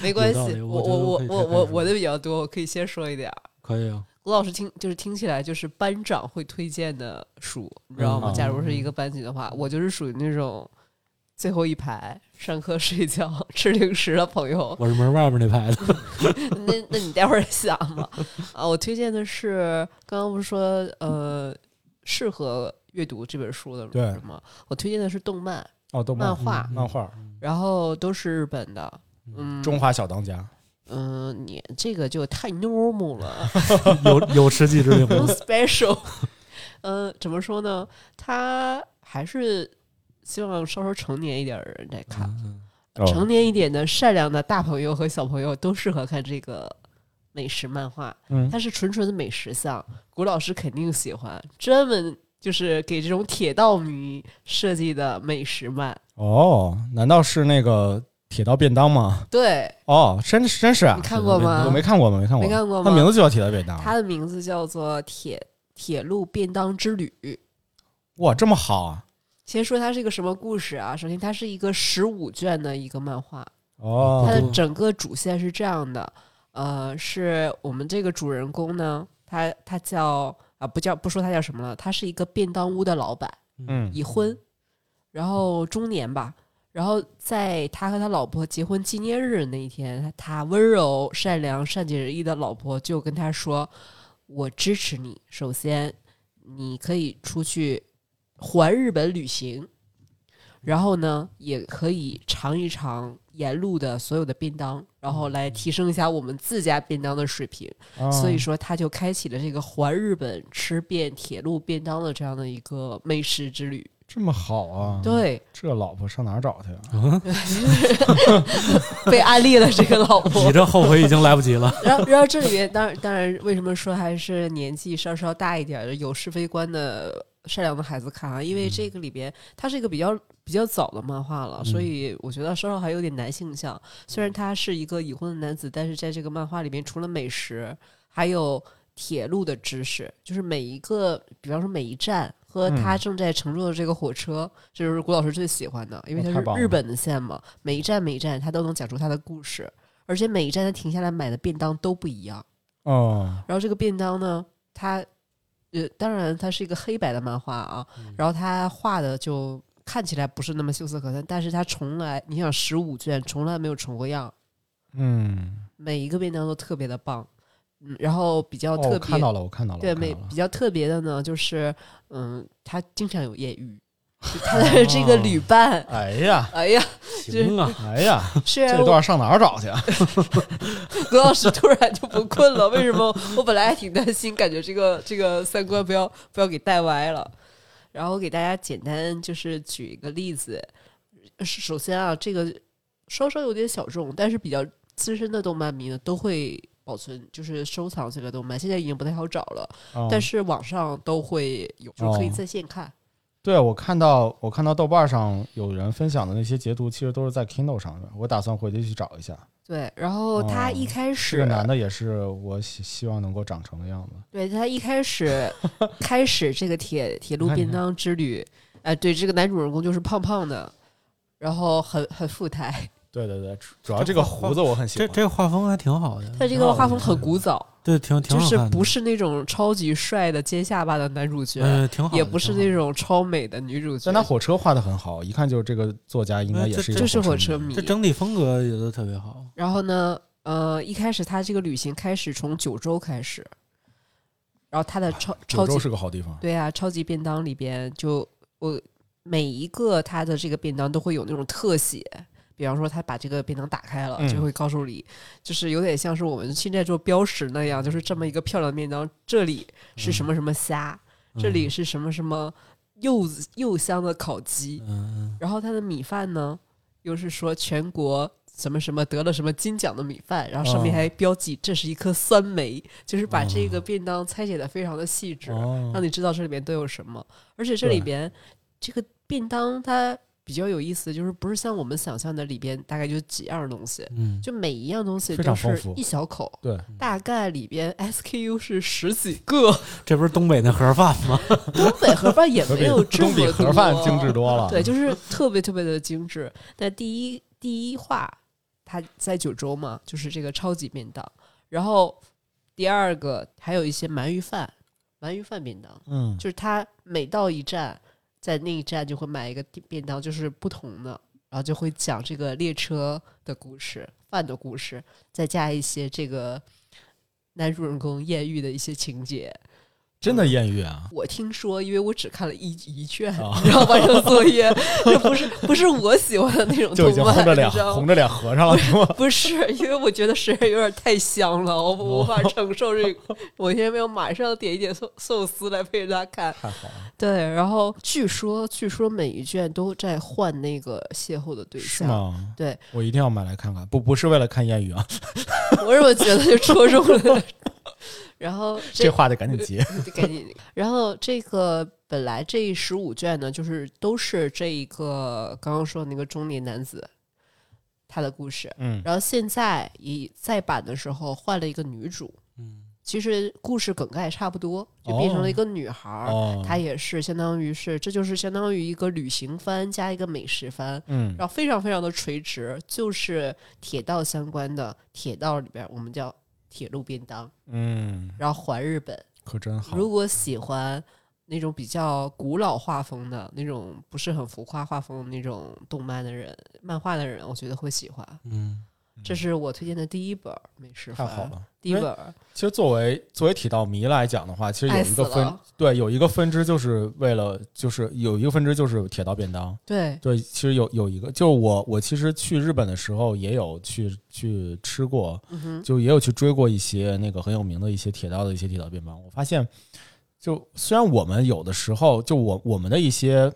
[SPEAKER 4] 没关
[SPEAKER 5] 有道
[SPEAKER 4] 系，
[SPEAKER 5] 理
[SPEAKER 4] 我
[SPEAKER 5] 我
[SPEAKER 4] 我
[SPEAKER 5] 觉得可
[SPEAKER 4] 我
[SPEAKER 5] 以拆开
[SPEAKER 4] 我我
[SPEAKER 5] 说
[SPEAKER 4] 我的比较多，我可以先说一点儿。
[SPEAKER 5] 可以啊，
[SPEAKER 4] 古老师听就是听起来就是班长会推荐的书，你知道吗？
[SPEAKER 1] 嗯
[SPEAKER 4] 假如是一个班级的话，我就是属于那种最后一排上课睡觉吃零食的朋 友。
[SPEAKER 5] 我是门外边那排的，
[SPEAKER 4] 那那你待会儿想吧。啊，我推荐的是刚刚不是说呃适合阅读这本书的
[SPEAKER 1] 对
[SPEAKER 4] 是吗？我推荐的是动漫、
[SPEAKER 1] 哦，动
[SPEAKER 4] 漫
[SPEAKER 1] 漫
[SPEAKER 4] 画，
[SPEAKER 1] 漫画，
[SPEAKER 4] 然后都是日本的。嗯，
[SPEAKER 1] 中华小当家。
[SPEAKER 4] 嗯、你这个就太 normal 了
[SPEAKER 5] 有有实际之 名
[SPEAKER 4] ，no
[SPEAKER 5] 吗？
[SPEAKER 4] special。嗯、怎么说呢？他还是希望稍稍成年一点的人在看，成
[SPEAKER 1] 哦，
[SPEAKER 4] 年一点的善良的大朋友和小朋友都适合看这个美食漫画。
[SPEAKER 1] 嗯
[SPEAKER 4] 它是纯纯的美食向，古老师肯定喜欢，专门就是给这种铁道迷设计的美食漫。
[SPEAKER 1] 哦，难道是那个铁道便当吗？
[SPEAKER 4] 对
[SPEAKER 1] 哦，真真是啊
[SPEAKER 4] 你，看过吗
[SPEAKER 1] 我？没看过，没看过，
[SPEAKER 4] 没看过吗
[SPEAKER 1] 它名字就叫铁道便当。
[SPEAKER 4] 它的名字叫做《铁铁路便当之旅》。
[SPEAKER 1] 哇，这么好啊！
[SPEAKER 4] 先说它是一个什么故事啊？首先，它是一个十五卷的一个漫画，它
[SPEAKER 1] 哦，
[SPEAKER 4] 的整个主线是这样的，呃，是我们这个主人公呢，他他叫啊，不叫不说他叫什么了，他是一个便当屋的老板，
[SPEAKER 1] 嗯
[SPEAKER 4] 已婚，然后中年吧。然后在他和他老婆结婚纪念日那一天，他他温柔、善良、善解人意的老婆就跟他说：“我支持你。首先，你可以出去环日本旅行，然后呢，也可以尝一尝沿路的所有的便当，然后来提升一下我们自家便当的水平。
[SPEAKER 1] 哦
[SPEAKER 4] 所以说他就开启了这个环日本吃遍铁路便当的这样的一个美食之旅。
[SPEAKER 1] 这么好啊！，
[SPEAKER 4] 对，
[SPEAKER 1] 这老婆上哪儿找去啊？
[SPEAKER 4] 被安利了这个老
[SPEAKER 5] 你
[SPEAKER 4] 婆。
[SPEAKER 5] 这后悔已经来不及 了。
[SPEAKER 4] 然后，然后这里面当然当然，为什么说还是年纪稍稍大一点的有是非观的善良的孩子看啊？因为这个里边它是一个比较比较早的漫画了，所以我觉得稍稍还有点男性向。虽然他是一个已婚的男子，但是在这个漫画里面，除了美食，还有铁路的知识，就是每一个，比方说每一站和他正在乘坐的这个火车，这就是谷老师最喜欢的，因为
[SPEAKER 1] 哦
[SPEAKER 4] 它
[SPEAKER 1] 太棒
[SPEAKER 4] 是
[SPEAKER 1] 了
[SPEAKER 4] 日本的线嘛，每一站每一站他都能讲出他的故事，而且每一站他停下来买的便当都不一样。
[SPEAKER 1] 哦，
[SPEAKER 4] 然后这个便当呢，它呃，当然它是一个黑白的漫画啊，
[SPEAKER 1] 嗯
[SPEAKER 4] 然后它画的就看起来不是那么秀色可餐，但是它从来你想十五卷从来没有重过样，
[SPEAKER 1] 嗯，
[SPEAKER 4] 每一个便当都特别的棒，嗯，然后比较
[SPEAKER 1] 哦，
[SPEAKER 4] 特
[SPEAKER 1] 我
[SPEAKER 4] 别、
[SPEAKER 1] 看到了，我看到了，
[SPEAKER 4] 对
[SPEAKER 1] 我看
[SPEAKER 4] 每
[SPEAKER 1] 到了
[SPEAKER 4] 比较特别的呢，就是嗯，他经常有艳遇， 就他的这个旅伴。
[SPEAKER 1] 哎呀，
[SPEAKER 4] 哎呀，
[SPEAKER 5] 行 啊，
[SPEAKER 1] 哎呀，
[SPEAKER 4] 虽然
[SPEAKER 1] 这
[SPEAKER 4] 我
[SPEAKER 1] 段上哪儿找去？啊
[SPEAKER 4] 何老师突然就不困了，为什么？我本来还挺担心，感觉这个这个三观不要不要给带歪了。然后我给大家简单就是举一个例子，是首先啊，这个稍稍有点小众，但是比较资深的动漫迷呢都会保存，就是收藏这个动漫，现在已经不太好找了，
[SPEAKER 1] 哦
[SPEAKER 4] 但是网上都会有，就是可以
[SPEAKER 1] 哦
[SPEAKER 4] 在线看。
[SPEAKER 1] 对啊我看到我看到豆瓣上有人分享的那些截图，其实都是在 Kindle 上的，我打算回去去找一下。
[SPEAKER 4] 对，然后他
[SPEAKER 1] 哦
[SPEAKER 4] 一开
[SPEAKER 1] 这
[SPEAKER 4] 始、
[SPEAKER 1] 个男的也是我希希望能够长成的样子。
[SPEAKER 4] 对他一 开始开始这个铁铁路便当之旅，哎、对，这个男主人公就是胖胖的，然后很很富态，
[SPEAKER 1] 对对对，主主要这个胡子我很喜
[SPEAKER 5] 这
[SPEAKER 1] 欢。
[SPEAKER 5] 这个画风还挺好的，
[SPEAKER 4] 他这个画风很古早，
[SPEAKER 5] 对，挺挺
[SPEAKER 4] 就
[SPEAKER 5] 好
[SPEAKER 4] 是
[SPEAKER 5] 看的，
[SPEAKER 4] 不
[SPEAKER 5] 是，
[SPEAKER 4] 是那种超级帅的尖下巴的男主角，
[SPEAKER 5] 呃，挺好的，
[SPEAKER 4] 也不是
[SPEAKER 5] 挺好
[SPEAKER 4] 那
[SPEAKER 5] 的。
[SPEAKER 4] 种超美的女主角
[SPEAKER 1] 但，他火车画的很好，一看就是这个作家应该也是一个
[SPEAKER 4] 呃就是火
[SPEAKER 1] 车
[SPEAKER 4] 车
[SPEAKER 1] 迷。
[SPEAKER 4] 迷
[SPEAKER 5] 这。整体风格也都特别好，
[SPEAKER 4] 然后呢，呃，一开始他这个旅行开始从九州开始，然后他的超超
[SPEAKER 1] 九州
[SPEAKER 4] 级
[SPEAKER 1] 是个好地方。
[SPEAKER 4] 对啊，超级便当里边就我每一个它的这个便当都会有那种特写，比方说他把这个便当打开了，就
[SPEAKER 1] 嗯
[SPEAKER 4] 会告诉你，就是有点像是我们现在做标识那样，就是这么一个漂亮的便当，这里是
[SPEAKER 5] 嗯
[SPEAKER 4] 什么什么虾，这里是什么什么柚子柚香的烤鸡，
[SPEAKER 5] 嗯，
[SPEAKER 4] 然后它的米饭呢，又是说全国。什么什么得了什么金奖的米饭，然后上面
[SPEAKER 5] 哦
[SPEAKER 4] 还标记这是一颗酸梅，就是把这个便当拆解的非常的细致。
[SPEAKER 5] 哦，
[SPEAKER 4] 让你知道这里面都有什么。而且这里边这个便当它比较有意思，就是不是像我们想象的里边大概就几样东西，
[SPEAKER 5] 嗯，
[SPEAKER 4] 就每一样东西
[SPEAKER 1] 非
[SPEAKER 4] 都
[SPEAKER 1] 常丰
[SPEAKER 4] 是
[SPEAKER 1] 富嗯
[SPEAKER 4] 一小口，
[SPEAKER 1] 对，
[SPEAKER 4] 大概里边 SKU 是十几 个。
[SPEAKER 5] 这不是东北那盒饭吗？
[SPEAKER 4] 东北盒饭也
[SPEAKER 1] 都
[SPEAKER 4] 没
[SPEAKER 1] 比
[SPEAKER 4] 有这
[SPEAKER 1] 都比
[SPEAKER 4] 么
[SPEAKER 1] 盒
[SPEAKER 4] 多
[SPEAKER 1] 饭精致多了。
[SPEAKER 4] 对，就是 特别特别的精致。那第一第一话，他在九州嘛，就是这个超级便当。然后第二个还有一些鳗鱼饭，鳗鱼饭便当，
[SPEAKER 1] 嗯
[SPEAKER 4] 就是他每到一站，在那一站就会买一个便当，就是不同的，然后就会讲这个列车的故事、饭的故事，再加一些这个男主人公艳遇的一些情节。
[SPEAKER 1] 真的艳遇啊！
[SPEAKER 4] 我听说，因为我只看了一一卷，
[SPEAKER 1] 啊
[SPEAKER 4] 然后完成作业， 这不是不是我喜欢的那种
[SPEAKER 1] 就已
[SPEAKER 4] 动
[SPEAKER 1] 经
[SPEAKER 4] 漫，
[SPEAKER 1] 红着脸
[SPEAKER 4] 你知道
[SPEAKER 1] 红
[SPEAKER 4] 吗？
[SPEAKER 1] 着脸合上了，是吗？
[SPEAKER 4] 不是，因为我觉得实在有点太香了， 我我无法承受这个。 我现在要马上点一点寿寿司来配着它看，
[SPEAKER 1] 太好了，
[SPEAKER 4] 对，然后据说据说每一卷都在换那个邂逅的对象，
[SPEAKER 1] 是？吗？
[SPEAKER 4] 对，
[SPEAKER 1] 我一定要买来看看，不不是为了看艳遇啊，
[SPEAKER 4] 我怎么觉得就戳中 了？然后
[SPEAKER 1] 这
[SPEAKER 4] 这
[SPEAKER 1] 话得赶紧 截。
[SPEAKER 4] 给你，然后这个本来这十五卷呢，就是都是这一个刚刚说的那个中年男子他的故事，
[SPEAKER 1] 嗯，
[SPEAKER 4] 然后现在以再版的时候换了一个女主，
[SPEAKER 5] 嗯，
[SPEAKER 4] 其实故事梗概差不多，就变成了一个女孩儿，
[SPEAKER 1] 哦，
[SPEAKER 4] 它也是相当于是，这就是相当于一个旅行番加一个美食番，
[SPEAKER 1] 嗯
[SPEAKER 4] 然后非常非常的垂直，就是铁道相关的铁道里边，我们叫铁路便当，
[SPEAKER 1] 嗯，
[SPEAKER 4] 然后环日本。
[SPEAKER 1] 可真好。
[SPEAKER 4] 如果喜欢那种比较古老画风的那种，不是很浮夸画风的那种动漫的人、漫画的人，我觉得会喜欢。
[SPEAKER 5] 嗯，
[SPEAKER 4] 这是我推荐的第一本儿美食
[SPEAKER 1] 太
[SPEAKER 4] 番，
[SPEAKER 1] 好了。
[SPEAKER 4] 第一本儿
[SPEAKER 1] 其实作为作为铁道迷来讲的话，其实有
[SPEAKER 4] 爱
[SPEAKER 1] 一个
[SPEAKER 4] 死
[SPEAKER 1] 分
[SPEAKER 4] 了，
[SPEAKER 1] 对有一个分支就是为了就是有一个分支就是铁道便当。
[SPEAKER 4] 对，
[SPEAKER 1] 对，其实有有一个，就是我我其实去日本的时候也有去去吃过，
[SPEAKER 4] 嗯哼，
[SPEAKER 1] 就也有去追过一些那个很有名的一些铁道的一些铁道便当。我发现，就虽然我们有的时候就我我们的一些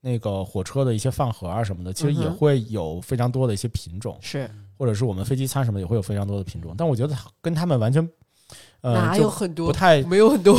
[SPEAKER 1] 那个火车的一些饭盒啊什么的，其实也
[SPEAKER 4] 嗯哼
[SPEAKER 1] 会有非常多的一些品种，
[SPEAKER 4] 是
[SPEAKER 1] 或者是我们飞机餐什么的也会有非常多的品种，但我觉得跟他们完全呃
[SPEAKER 4] 哪有
[SPEAKER 1] 就
[SPEAKER 4] 很多
[SPEAKER 1] 不太
[SPEAKER 4] 没有很多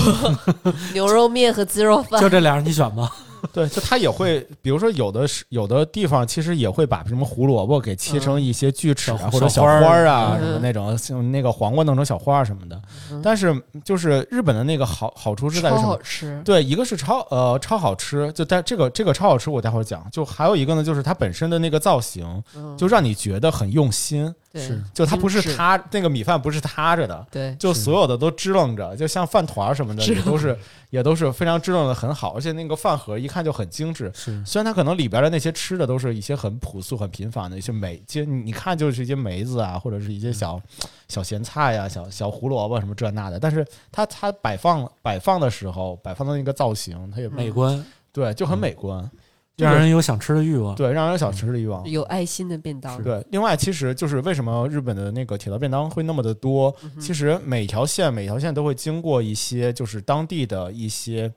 [SPEAKER 4] 牛肉面和鸡肉饭
[SPEAKER 5] 就，这俩你选吧。
[SPEAKER 1] 对，就他也会，比如说有的是有的地方其实也会把什么胡萝卜给切成一些锯齿啊，
[SPEAKER 5] 小
[SPEAKER 1] 或者
[SPEAKER 5] 小
[SPEAKER 1] 小
[SPEAKER 5] 花儿
[SPEAKER 1] 花儿啊
[SPEAKER 4] 嗯
[SPEAKER 1] 什么那种，像那个黄瓜弄成小花儿什么的。但是就是日本的那个好好处是在于
[SPEAKER 4] 超
[SPEAKER 1] 什么
[SPEAKER 4] 好？吃。
[SPEAKER 1] 对，一个是超呃超好吃，就但这个这个超好吃我待会儿讲。就还有一个呢，就是它本身的那个造型，
[SPEAKER 4] 嗯
[SPEAKER 1] 就让你觉得很用心。
[SPEAKER 4] 对
[SPEAKER 5] 是
[SPEAKER 1] 就它不是
[SPEAKER 4] 精致
[SPEAKER 1] 塌那个米饭不是塌着的，
[SPEAKER 4] 对
[SPEAKER 1] 就所有的都支棱着，就像饭团儿什么的
[SPEAKER 4] 支
[SPEAKER 1] 也都是也都是非常支棱的很好，而且那个饭盒一看就很精致。
[SPEAKER 5] 是
[SPEAKER 1] 虽然它可能里边的那些吃的都是一些很朴素、很平凡的一些梅，其实你你看就是一些梅子啊，或者是一些小
[SPEAKER 5] 嗯
[SPEAKER 1] 小咸菜呀、小小胡萝卜什么这那的，但是它它摆放摆放的时候，摆放的那个造型，它也
[SPEAKER 5] 美观，
[SPEAKER 1] 对就很美观，这个
[SPEAKER 5] 嗯让人有嗯想吃的欲望。
[SPEAKER 1] 对让人有想吃的欲望。
[SPEAKER 4] 有爱心的便当，
[SPEAKER 1] 对，另外其实就是为什么日本的那个铁道便当会那么的多，
[SPEAKER 4] 嗯
[SPEAKER 1] 其实每条线每条线都会经过一些就是当地的一些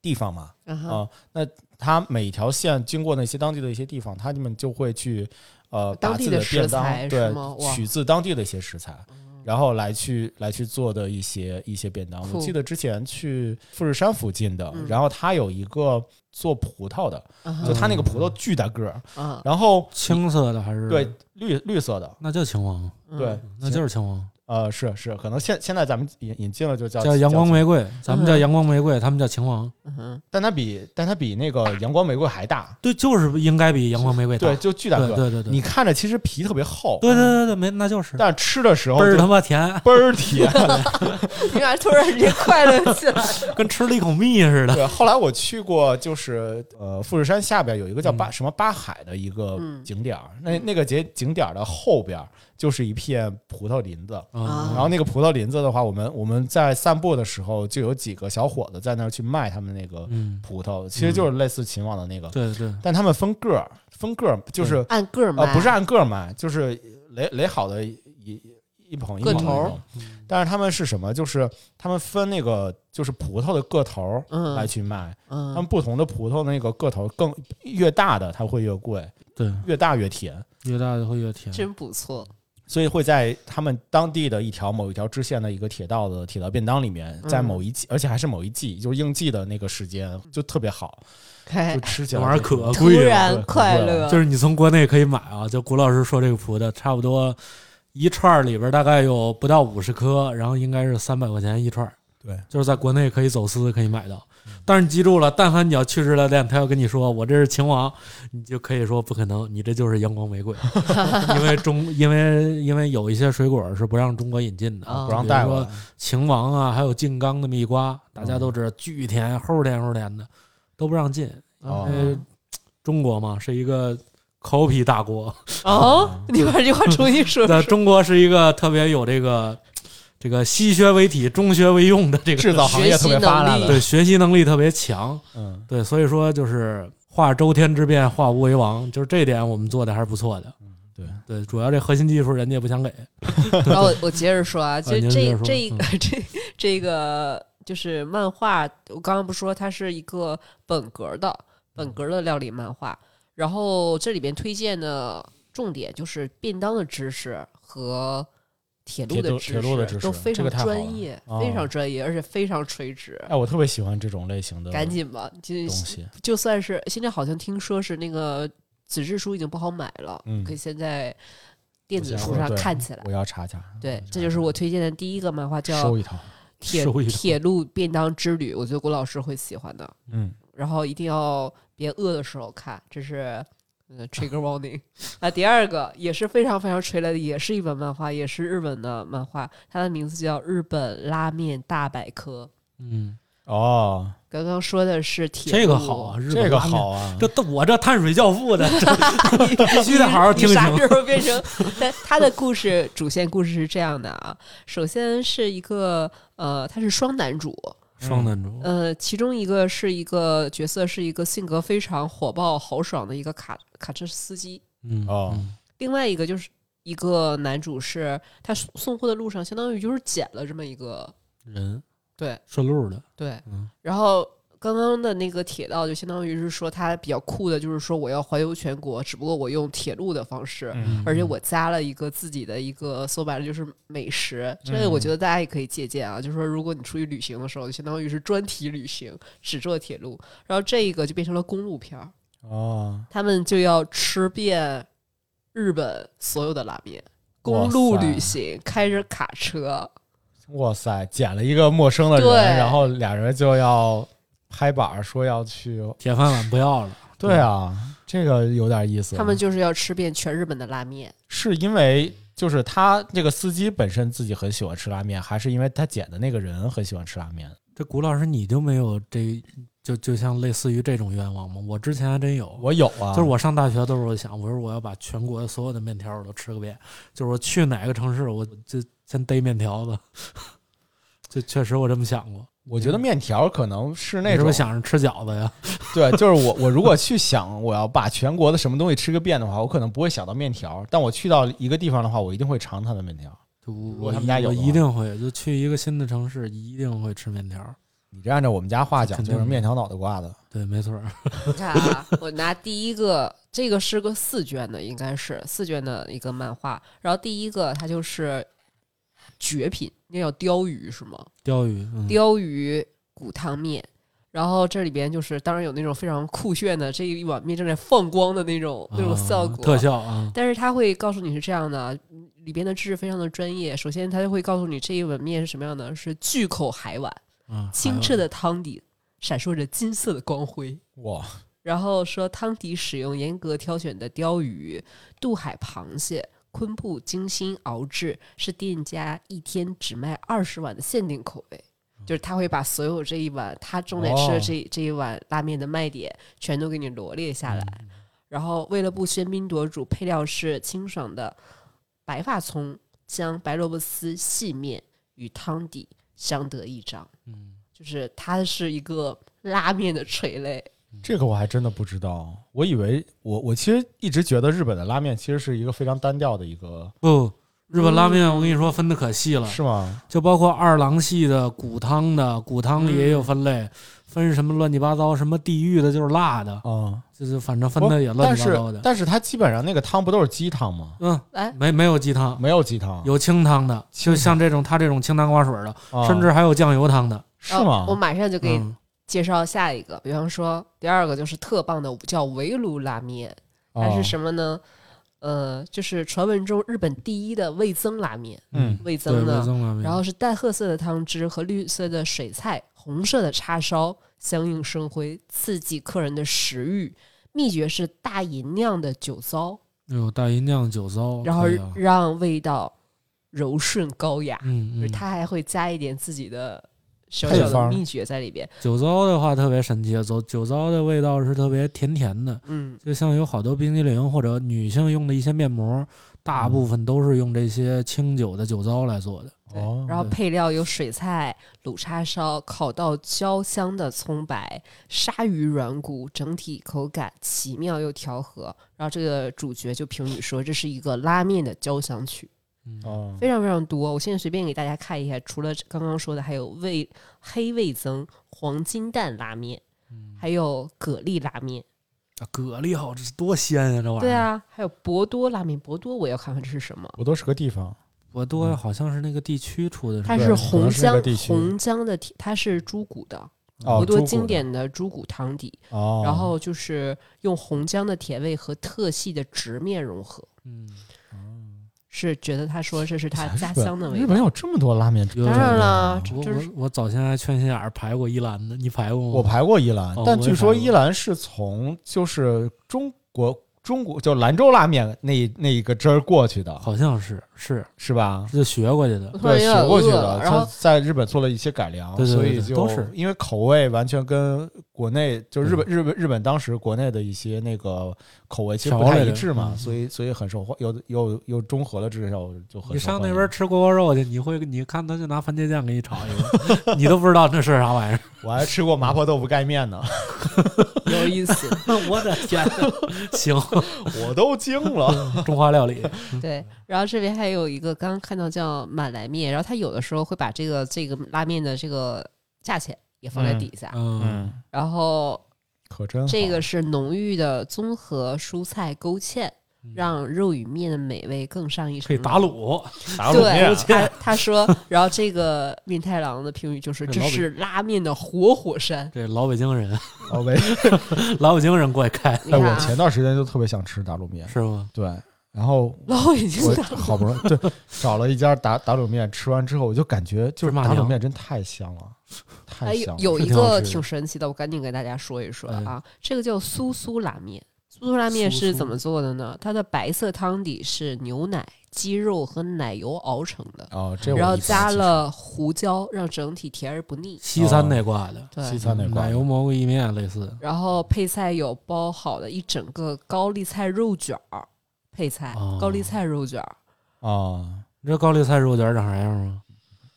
[SPEAKER 1] 地方嘛，
[SPEAKER 4] 嗯
[SPEAKER 1] 啊、
[SPEAKER 4] 哼
[SPEAKER 1] 那它每条线经过那些当地的一些地方，他们就会去呃
[SPEAKER 4] 当
[SPEAKER 1] 把
[SPEAKER 4] 地
[SPEAKER 1] 自己
[SPEAKER 4] 的食
[SPEAKER 1] 便当
[SPEAKER 4] 材是
[SPEAKER 1] 对
[SPEAKER 4] 吗哇嗯
[SPEAKER 1] 取自当地的一些食材。然后来去来去做的一些一些便当，我
[SPEAKER 4] 酷
[SPEAKER 1] 记得之前去富士山附近的，
[SPEAKER 4] 嗯
[SPEAKER 1] 然后它有一个做葡萄的，
[SPEAKER 4] 嗯
[SPEAKER 1] 就
[SPEAKER 4] 哼
[SPEAKER 1] 它那个葡萄巨大个儿，
[SPEAKER 4] 嗯
[SPEAKER 1] 然后
[SPEAKER 5] 青色的还是
[SPEAKER 1] 对，绿绿色的，
[SPEAKER 5] 那就青黄，
[SPEAKER 4] 嗯
[SPEAKER 1] 对，
[SPEAKER 5] 那就是青黄，
[SPEAKER 1] 呃，是是，可能现现在咱们引引进了就叫
[SPEAKER 5] 叫阳光，玫瑰，咱们叫
[SPEAKER 4] 嗯
[SPEAKER 5] 阳光玫瑰，他们叫青黄。
[SPEAKER 4] 嗯哼
[SPEAKER 1] 但它比但它比那个阳光玫瑰还大，
[SPEAKER 5] 对，就是应该比阳光玫瑰大。
[SPEAKER 1] 对，就巨大
[SPEAKER 5] 哦对
[SPEAKER 1] 个。
[SPEAKER 5] 对对对，
[SPEAKER 1] 你看着其实皮特别厚，
[SPEAKER 5] 对对对对，没那就是倍
[SPEAKER 1] 但吃的时候
[SPEAKER 5] 儿
[SPEAKER 1] 就
[SPEAKER 5] 他妈甜，
[SPEAKER 1] 倍儿甜。
[SPEAKER 4] 你俩突然间快乐起来了，
[SPEAKER 5] 跟吃了一口蜜似的。
[SPEAKER 1] 对，后来我去过，就是呃富士山下边有一个
[SPEAKER 5] 嗯
[SPEAKER 1] 叫巴、什么巴海的一个
[SPEAKER 4] 嗯
[SPEAKER 1] 景点儿，那那个景景点儿的后边儿就是一片葡萄林子。
[SPEAKER 5] 嗯
[SPEAKER 4] 啊
[SPEAKER 1] 然后那个葡萄林子的话，我们我们在散步的时候，就有几个小伙子在那儿去卖他们那个
[SPEAKER 5] 嗯，
[SPEAKER 1] 葡萄，其实就是类似秦王的那个，
[SPEAKER 5] 对对，
[SPEAKER 1] 但他们分个儿，分个儿就是
[SPEAKER 4] 按个儿
[SPEAKER 1] 呃
[SPEAKER 4] 卖，啊
[SPEAKER 1] 不是 按个儿卖，就是垒垒好的一一一捧一捧那
[SPEAKER 4] 个头儿
[SPEAKER 1] 种。
[SPEAKER 5] 嗯
[SPEAKER 1] 但是他们是什么？就是他们分那个就是葡萄的个头儿
[SPEAKER 4] 嗯
[SPEAKER 1] 来去卖，他
[SPEAKER 4] 嗯
[SPEAKER 1] 们不同的葡萄那个个头更越大的它会越贵，
[SPEAKER 5] 对，
[SPEAKER 1] 越大越甜。
[SPEAKER 5] 越大就会越甜。
[SPEAKER 4] 真不错，
[SPEAKER 1] 所以会在他们当地的一条某一条支线的一个铁道的铁道便当里面，在
[SPEAKER 4] 嗯
[SPEAKER 1] 某一季，而且还是某一季，就是应季的那个时间，就特别好，
[SPEAKER 4] 哎
[SPEAKER 1] 就，吃起
[SPEAKER 5] 这
[SPEAKER 1] 来
[SPEAKER 5] 玩意儿
[SPEAKER 1] 就
[SPEAKER 5] 可
[SPEAKER 4] 突
[SPEAKER 5] 贵了，
[SPEAKER 4] 然快
[SPEAKER 1] 对
[SPEAKER 4] 乐，
[SPEAKER 5] 就是你从国内可以买啊。就古老师说这个葡萄，差不多一串儿里边大概有不到五十颗，然后应该是三百块钱一串。
[SPEAKER 1] 对，
[SPEAKER 5] 就是在国内可以走私可以买到。但是你记住了，但凡你要去日料店，他要跟你说我这是秦王，你就可以说不可能，你这就是阳光玫瑰，因为中因为因为有一些水果是不让中国引进的，
[SPEAKER 4] 啊
[SPEAKER 1] 不让带过来。
[SPEAKER 5] 秦王啊，还有静冈的蜜瓜，大家都知道巨甜，齁甜齁甜的，都不让进。
[SPEAKER 1] 哦
[SPEAKER 5] 呃，中国嘛是一个 copy 大国，
[SPEAKER 4] 哦，
[SPEAKER 1] 嗯
[SPEAKER 4] 你把这句话重 新说
[SPEAKER 5] 在
[SPEAKER 4] 一说，
[SPEAKER 5] 中国是一个特别有这个这个西学为体，中学为用的这个
[SPEAKER 1] 制造行业特别发达
[SPEAKER 4] 学习能力
[SPEAKER 1] 的，
[SPEAKER 5] 对学习能力特别强。
[SPEAKER 1] 嗯，
[SPEAKER 5] 对，所以说就是化周天之变，化无为王，就是这点我们做的还是不错的。
[SPEAKER 1] 对
[SPEAKER 5] 对，主要这核心技术人家也不想给，
[SPEAKER 4] 然后我我接着说啊，就
[SPEAKER 5] 您接
[SPEAKER 4] 这
[SPEAKER 5] 着说
[SPEAKER 4] 这
[SPEAKER 1] 嗯
[SPEAKER 4] 一个这这个就是漫画，我刚刚不是说它是一个本格的本格的料理漫画，然后这里边推荐的重点就是便当的知识和铁路
[SPEAKER 1] 铁
[SPEAKER 4] 的
[SPEAKER 1] 路
[SPEAKER 4] 知识
[SPEAKER 1] 铁路的知识
[SPEAKER 4] 都非
[SPEAKER 1] 这
[SPEAKER 4] 常
[SPEAKER 1] 个太好了
[SPEAKER 4] 专业，
[SPEAKER 1] 哦
[SPEAKER 4] 非常专业，而且非常垂直。
[SPEAKER 1] 哎，我特别喜欢这种类型的
[SPEAKER 4] 赶紧吧，就
[SPEAKER 1] 东西，
[SPEAKER 4] 就算是现在好像听说是那个纸质书已经不好买了，
[SPEAKER 1] 嗯
[SPEAKER 4] 可以现在电子
[SPEAKER 1] 我想
[SPEAKER 4] 书上
[SPEAKER 1] 对
[SPEAKER 4] 看起来。
[SPEAKER 1] 我要查查。
[SPEAKER 4] 对，这就是我推荐的第一个漫画，叫
[SPEAKER 1] 收
[SPEAKER 4] 《
[SPEAKER 1] 一套，
[SPEAKER 4] 铁
[SPEAKER 5] 嗯收一套
[SPEAKER 4] 铁路便当之旅》，我觉得郭老师会喜欢的。
[SPEAKER 1] 嗯，
[SPEAKER 4] 然后一定要别饿的时候看，这是呃 trigger warning 啊。第二个也是非常非常垂来的，也是一本漫画，也是日本的漫画，它的名字叫《日本拉面大百科》。
[SPEAKER 5] 嗯，
[SPEAKER 1] 哦，
[SPEAKER 4] 刚刚说的是铁路，
[SPEAKER 5] 这个好啊，，日本
[SPEAKER 1] 这个
[SPEAKER 5] 拉面
[SPEAKER 1] 好，啊，
[SPEAKER 5] 这我这碳水教父的，这必须得好好听
[SPEAKER 4] 你
[SPEAKER 5] 一
[SPEAKER 4] 啥
[SPEAKER 5] 听。
[SPEAKER 4] 时候变成？ 但他的故事主线故事是这样的啊，首先是一个呃，他是双男主，
[SPEAKER 5] 双男主，
[SPEAKER 4] 呃，其中一个是一个角色是一个性格非常火爆豪爽的一个卡卡车司机，
[SPEAKER 5] 嗯，
[SPEAKER 1] 哦
[SPEAKER 5] 嗯
[SPEAKER 4] 另外一个就是一个男主是他送送货的路上，相当于就是捡了这么一个
[SPEAKER 5] 人
[SPEAKER 4] 对
[SPEAKER 5] 顺路的，
[SPEAKER 4] 对，
[SPEAKER 5] 嗯
[SPEAKER 4] 然后刚刚的那个铁道就相当于是说它比较酷的，就是说我要环游全国，只不过我用铁路的方式，
[SPEAKER 1] 嗯
[SPEAKER 4] 而且我加了一个自己的一个，说白了就是美食。这个我
[SPEAKER 1] 嗯
[SPEAKER 4] 觉得大家也可以借鉴啊，就是说如果你出去旅行的时候，就相当于是专题旅行，只坐铁路，然后这一个就变成了公路片儿，
[SPEAKER 1] 哦，
[SPEAKER 4] 他们就要吃遍日本所有的拉面。
[SPEAKER 1] 哇
[SPEAKER 4] 公路
[SPEAKER 1] 塞
[SPEAKER 4] 旅行，开着卡车，
[SPEAKER 1] 哇塞，捡了一个陌生的人，
[SPEAKER 4] 对
[SPEAKER 1] 然后俩人就要拍板儿说要去，
[SPEAKER 5] 铁饭碗不要了。
[SPEAKER 1] 对啊，这个有点意思。
[SPEAKER 4] 他们就是要吃遍全日本的拉面。
[SPEAKER 1] 是因为就是他这个司机本身自己很喜欢吃拉面，还是因为他捡的那个人很喜欢吃拉面？
[SPEAKER 5] 这古老师你就没有这就就像类似于这种愿望吗？我之前还真有，
[SPEAKER 1] 我有啊，
[SPEAKER 5] 就是我上大学的时候想，我说我要把全国所有的面条我都吃个遍，就是我去哪个城市我就先逮面条子。 这确实我这么想过，嗯
[SPEAKER 1] 我觉得面条可能是那
[SPEAKER 5] 你是
[SPEAKER 1] 种
[SPEAKER 5] 不是想着吃饺子呀？
[SPEAKER 1] 对，就是我我如果去想我要把全国的什么东西吃个遍的话，我可能不会想到面条，但我去到一个地方的话，我一定会尝他的面条。
[SPEAKER 5] 就我
[SPEAKER 1] 如果
[SPEAKER 5] 我
[SPEAKER 1] 他们家有
[SPEAKER 5] 我
[SPEAKER 1] 的
[SPEAKER 5] 一
[SPEAKER 1] 话
[SPEAKER 5] 定会，就去一个新的城市一定会吃面条。
[SPEAKER 1] 你这按照我们家话讲，
[SPEAKER 5] 肯定
[SPEAKER 1] 就是面条脑袋瓜子。
[SPEAKER 5] 对，没错儿，
[SPEAKER 4] 你看啊，我拿第一个，这个是个四卷的，应该是四卷的一个漫画。然后第一个它就是绝品，那叫鲷鱼是吗？
[SPEAKER 5] 鲷鱼，嗯，
[SPEAKER 4] 鲷鱼骨汤面。然后这里边就是，当然有那种非常酷炫的，这一碗面正在放光的那种那种
[SPEAKER 5] 啊
[SPEAKER 4] 效果，
[SPEAKER 5] 特效啊，
[SPEAKER 4] 但是他会告诉你是这样的，嗯里边的知识非常的专业。首先，他就会告诉你这一碗面是什么样的，是巨口海碗，
[SPEAKER 5] 嗯，
[SPEAKER 4] 清澈的汤底闪烁着金色的光辉。
[SPEAKER 1] 哇，
[SPEAKER 4] 然后说汤底使用严格挑选的鲷鱼、渡海螃蟹、昆布精心熬制，是店家一天只卖二十碗的限定口味。就是他会把所有这一碗他正在吃的这、这一碗拉面的卖点全都给你罗列下来。然后为了不喧宾夺主，配料是清爽的白发葱、将白萝卜丝细面与汤底相得益彰。
[SPEAKER 5] 嗯，
[SPEAKER 4] 就是它是一个拉面的垂类。
[SPEAKER 1] 嗯这个我还真的不知道，我以为我我其实一直觉得日本的拉面其实是一个非常单调的一个，
[SPEAKER 5] 不，日本拉
[SPEAKER 4] 嗯
[SPEAKER 5] 面我跟你说分的可细了，
[SPEAKER 1] 嗯是吗？
[SPEAKER 5] 就包括二郎系的、骨汤的，骨汤里也有分
[SPEAKER 4] 嗯
[SPEAKER 5] 类，分什么乱七八糟，什么地狱的，就是辣的，
[SPEAKER 1] 啊、
[SPEAKER 5] 就是反正分
[SPEAKER 1] 不
[SPEAKER 5] 的也乱
[SPEAKER 1] 但
[SPEAKER 5] 七八糟
[SPEAKER 1] 是
[SPEAKER 5] 的。
[SPEAKER 1] 但是它基本上那个汤不都是鸡汤吗？
[SPEAKER 5] 嗯，
[SPEAKER 4] 哎，
[SPEAKER 5] 没没有鸡汤，
[SPEAKER 1] 没有鸡汤，
[SPEAKER 5] 有清汤哦的，就像这种他这种清汤寡水的，
[SPEAKER 1] 啊
[SPEAKER 5] 甚至还有酱油汤的。
[SPEAKER 1] 是吗
[SPEAKER 4] 哦？我马上就给你
[SPEAKER 5] 嗯，
[SPEAKER 4] 介绍下一个，比方说第二个就是特棒的叫围炉拉面，它
[SPEAKER 1] 啊
[SPEAKER 4] 是什么呢？呃，就是传闻中日本第一的味增拉面，
[SPEAKER 1] 嗯
[SPEAKER 4] 味
[SPEAKER 5] 对，
[SPEAKER 4] 增
[SPEAKER 5] 味
[SPEAKER 4] 呢，
[SPEAKER 5] 增拉面。
[SPEAKER 4] 然后是淡褐色的汤汁和绿色的水菜，红色的叉烧相映生辉，刺激客人的食欲。秘诀是大吟酿的酒糟，
[SPEAKER 5] 哎呦，大银酱酒糟，
[SPEAKER 1] 哦
[SPEAKER 4] 然后
[SPEAKER 5] 可以啊
[SPEAKER 4] 让味道柔顺高雅。
[SPEAKER 5] 嗯
[SPEAKER 4] 就是
[SPEAKER 5] 嗯，
[SPEAKER 4] 他还会加一点自己的小
[SPEAKER 1] 配
[SPEAKER 4] 小的
[SPEAKER 1] 方
[SPEAKER 4] 秘诀在里边。
[SPEAKER 5] 酒糟的话特别神奇，酒酒糟的味道是特别甜甜的，
[SPEAKER 4] 嗯，
[SPEAKER 5] 就像有好多冰激凌或者女性用的一些面膜，大部分都是用这些清酒的酒糟来做的。
[SPEAKER 4] 对
[SPEAKER 1] 哦，
[SPEAKER 4] 然后
[SPEAKER 5] 对
[SPEAKER 4] 配料有水菜、卤叉烧、烤到焦香的葱白、鲨鱼软骨，整体口感奇妙又调和。然后这个主角就评语说，这是一个拉面的交响曲，
[SPEAKER 5] 嗯，
[SPEAKER 1] 哦
[SPEAKER 4] 非常非常多。我现在随便给大家看一下，除了刚刚说的，还有味黑味增、黄金蛋拉面，
[SPEAKER 1] 嗯
[SPEAKER 4] 还有蛤蜊拉面。
[SPEAKER 5] 啊蛤蜊好，这多鲜呀、这玩意儿。
[SPEAKER 4] 对，啊，还有博多拉面。博多我要看看这是什么。
[SPEAKER 1] 我都是个地方，
[SPEAKER 5] 我多好像是那个地区出的，
[SPEAKER 4] 它
[SPEAKER 1] 对
[SPEAKER 4] 是
[SPEAKER 1] 可
[SPEAKER 4] 红
[SPEAKER 1] 能是那
[SPEAKER 4] 姜
[SPEAKER 1] 个地区
[SPEAKER 4] 红姜的体，它是猪骨的，
[SPEAKER 1] 哦
[SPEAKER 4] 博多
[SPEAKER 1] 猪骨
[SPEAKER 4] 经
[SPEAKER 1] 的
[SPEAKER 4] 典的猪骨汤底，
[SPEAKER 1] 哦，
[SPEAKER 4] 然后就是用红姜的甜味和特细的直面融合，
[SPEAKER 5] 嗯，
[SPEAKER 4] 是觉得他说这是他
[SPEAKER 1] 日
[SPEAKER 4] 家
[SPEAKER 1] 本
[SPEAKER 4] 乡的味
[SPEAKER 1] 日
[SPEAKER 4] 道
[SPEAKER 1] 本。有嗯这么多拉面，
[SPEAKER 5] 有
[SPEAKER 4] 当
[SPEAKER 5] 这
[SPEAKER 4] 然
[SPEAKER 5] 个
[SPEAKER 4] 了，
[SPEAKER 5] 我
[SPEAKER 4] 这这是
[SPEAKER 5] 我我早前还缺心眼儿排过一兰的，你排过吗？
[SPEAKER 1] 我排过一兰
[SPEAKER 5] 哦，
[SPEAKER 1] 但
[SPEAKER 5] 我也
[SPEAKER 1] 据说
[SPEAKER 5] 排过
[SPEAKER 1] 一兰是从就是中国中国就兰州拉面那一那一个汁儿过去的，
[SPEAKER 5] 好像是是
[SPEAKER 1] 是吧？
[SPEAKER 5] 是学过去的
[SPEAKER 4] 我，突然
[SPEAKER 1] 对，学
[SPEAKER 4] 有点
[SPEAKER 1] 过去
[SPEAKER 4] 饿
[SPEAKER 1] 的
[SPEAKER 4] 了，，然
[SPEAKER 1] 他
[SPEAKER 4] 后
[SPEAKER 1] 在日本做了一些改良，
[SPEAKER 5] 对对对
[SPEAKER 1] 所
[SPEAKER 5] 对
[SPEAKER 1] 以就
[SPEAKER 5] 都是
[SPEAKER 1] 因为口味完全跟国内就日本日本日本当时国内的一些那个口味其实不
[SPEAKER 5] 嗯调
[SPEAKER 1] 太
[SPEAKER 5] 味
[SPEAKER 1] 一
[SPEAKER 5] 的
[SPEAKER 1] 致嘛，
[SPEAKER 5] 嗯
[SPEAKER 1] 所以所以很受欢，有有有中和了之后就很
[SPEAKER 5] 你
[SPEAKER 1] 受
[SPEAKER 5] 上
[SPEAKER 1] 欢
[SPEAKER 5] 那
[SPEAKER 1] 迎
[SPEAKER 5] 边吃锅包肉去，你会你看他就拿番茄酱给你炒一个， 你都不知道那是啥玩意儿。
[SPEAKER 1] 我还吃过麻婆豆腐盖面 呢，
[SPEAKER 4] 有意思。
[SPEAKER 5] 我的天，行，
[SPEAKER 1] 我都惊了。
[SPEAKER 5] 中华料理，
[SPEAKER 4] 对，然后这边还有一个刚刚看到叫满来面，然后他有的时候会把这个这个拉面的这个价钱。也放在
[SPEAKER 7] 嗯
[SPEAKER 4] 底下。
[SPEAKER 5] 嗯，
[SPEAKER 7] 嗯，
[SPEAKER 4] 然后
[SPEAKER 1] 可真好
[SPEAKER 4] 这个是浓郁的综合蔬菜勾芡，
[SPEAKER 1] 嗯
[SPEAKER 4] 让肉与面的美味更上一层。
[SPEAKER 5] 可以打。卤，
[SPEAKER 7] 打卤面
[SPEAKER 4] 对， 他他说，然后这个面太郎的评语就是：
[SPEAKER 5] 这
[SPEAKER 4] 这
[SPEAKER 5] 老北
[SPEAKER 4] 是拉面的活火山。
[SPEAKER 5] 这老北京人，
[SPEAKER 1] 老北。
[SPEAKER 5] 老北京人过来 开
[SPEAKER 4] 你
[SPEAKER 1] 哦哎，
[SPEAKER 4] 看
[SPEAKER 1] 我
[SPEAKER 4] 啊，
[SPEAKER 1] 前段时间就特别想吃打卤面，
[SPEAKER 5] 是吗？
[SPEAKER 1] 对，然 后
[SPEAKER 4] 老已经
[SPEAKER 1] 我
[SPEAKER 4] 打
[SPEAKER 1] 好不容易对找了一家打打卤面，吃完之后我就感觉就是
[SPEAKER 5] 骂啊
[SPEAKER 1] 打卤
[SPEAKER 5] 娘
[SPEAKER 1] 面真太香了，太
[SPEAKER 4] 哎，
[SPEAKER 1] 香
[SPEAKER 4] 有
[SPEAKER 1] 了。
[SPEAKER 4] 有
[SPEAKER 5] 是
[SPEAKER 4] 一
[SPEAKER 5] 挺好
[SPEAKER 4] 个
[SPEAKER 5] 吃的
[SPEAKER 4] 挺神奇的，我赶紧给大家说一说
[SPEAKER 5] 哎
[SPEAKER 4] 啊，这个叫苏苏拉面。苏苏拉面
[SPEAKER 5] 苏
[SPEAKER 4] 是
[SPEAKER 5] 苏
[SPEAKER 4] 怎么做的呢？它的白色汤底是牛奶、鸡肉和奶油熬成的，
[SPEAKER 1] 哦，这我
[SPEAKER 4] 然后
[SPEAKER 1] 一般
[SPEAKER 4] 加
[SPEAKER 1] 其实
[SPEAKER 4] 了胡椒，让整体甜而不腻。
[SPEAKER 5] 西餐那挂的，
[SPEAKER 4] 对，
[SPEAKER 1] 哦西餐那块
[SPEAKER 5] 奶油蘑菇意面类似
[SPEAKER 4] 然后配菜有包好的一整个高丽菜肉卷儿，配菜、
[SPEAKER 5] 哦
[SPEAKER 4] 高丽菜肉卷儿，
[SPEAKER 1] 啊，
[SPEAKER 5] 你知道高丽菜肉卷长啥样吗？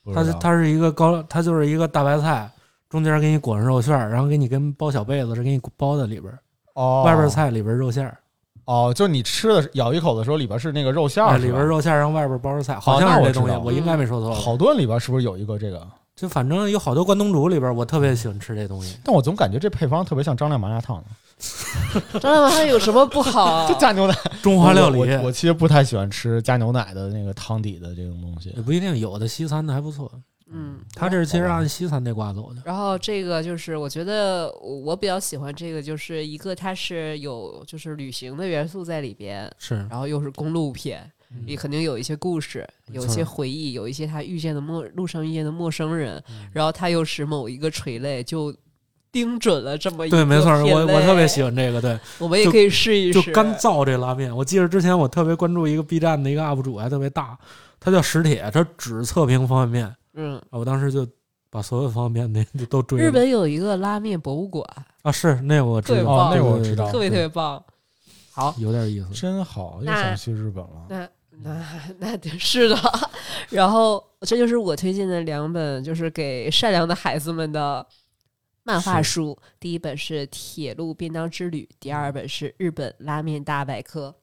[SPEAKER 1] 不
[SPEAKER 5] 它
[SPEAKER 1] 知
[SPEAKER 5] 是
[SPEAKER 1] 道
[SPEAKER 5] 它是一个高，它就是一个大白菜，中间给你裹上肉馅儿，然后给你跟包小被子是给你包在里边儿，
[SPEAKER 1] 哦，
[SPEAKER 5] 外边儿菜里边儿肉馅儿，
[SPEAKER 1] 哦，就是你吃的咬一口的时候，里边是那个肉馅
[SPEAKER 5] 哎
[SPEAKER 1] 儿，
[SPEAKER 5] 里边儿
[SPEAKER 1] 是吧哦
[SPEAKER 5] 肉馅儿，然后外边儿包着菜，好像
[SPEAKER 1] 那
[SPEAKER 5] 是
[SPEAKER 1] 我
[SPEAKER 5] 这
[SPEAKER 1] 知
[SPEAKER 5] 东西
[SPEAKER 1] 道，了
[SPEAKER 5] 我应该没说错吧。
[SPEAKER 1] 好多里边是不是有一个这个？
[SPEAKER 5] 就反正有好多关东煮里边儿，我特别喜欢吃这 东西。
[SPEAKER 1] 但我总感觉这配方特别像张亮麻辣 烫，
[SPEAKER 4] 张大妈有什么不好
[SPEAKER 1] 就？加牛奶。
[SPEAKER 5] 中华料理
[SPEAKER 1] 我我我其实不太喜欢吃加牛奶的那个汤底的这种东西
[SPEAKER 5] 也。不一定，有的西餐的还不错。
[SPEAKER 4] 嗯，
[SPEAKER 5] 他这是
[SPEAKER 1] 哦
[SPEAKER 5] 其实按西餐那挂走的，
[SPEAKER 4] 然后这个就是，我觉得我比较喜欢这个，就是一个它是有就是旅行的元素在里边，
[SPEAKER 5] 是
[SPEAKER 4] 然后又是公路片，也肯定有一些故事，有一
[SPEAKER 5] 嗯错
[SPEAKER 4] 些
[SPEAKER 5] 儿
[SPEAKER 4] 回忆，有一些他遇见的陌路上遇见的陌生人，
[SPEAKER 5] 嗯
[SPEAKER 4] 然后他又是某一个垂类就。盯准了这么一个
[SPEAKER 5] 对，没错，
[SPEAKER 4] 品
[SPEAKER 5] 我我
[SPEAKER 4] 类
[SPEAKER 5] 特别喜，欢这个，对，
[SPEAKER 4] 我们也
[SPEAKER 5] 就
[SPEAKER 4] 可以试一
[SPEAKER 5] 就
[SPEAKER 4] 试。
[SPEAKER 5] 干燥这拉面。我记得之前我特别关注一个 B 站的一个 UP 主，还特别大，他叫石铁，他只测评方便面
[SPEAKER 4] 嗯，
[SPEAKER 5] 啊，我当时就把所有方便面那都追了
[SPEAKER 4] 日本有一个拉面博物馆，
[SPEAKER 5] 啊，是那我知
[SPEAKER 4] 特别
[SPEAKER 5] 道，
[SPEAKER 1] 哦
[SPEAKER 4] 棒，，
[SPEAKER 1] 那
[SPEAKER 5] 个
[SPEAKER 1] 我知道，
[SPEAKER 4] 特别特别棒。好，
[SPEAKER 5] 有点意思。
[SPEAKER 1] 真好，又
[SPEAKER 4] 那
[SPEAKER 1] 想去日本了。
[SPEAKER 4] 那那那得是的。 然后这就是我推荐的两本，就是给善良的孩子们的漫画书。第一本是《铁路便当之旅》，第二本是《日本拉面大百科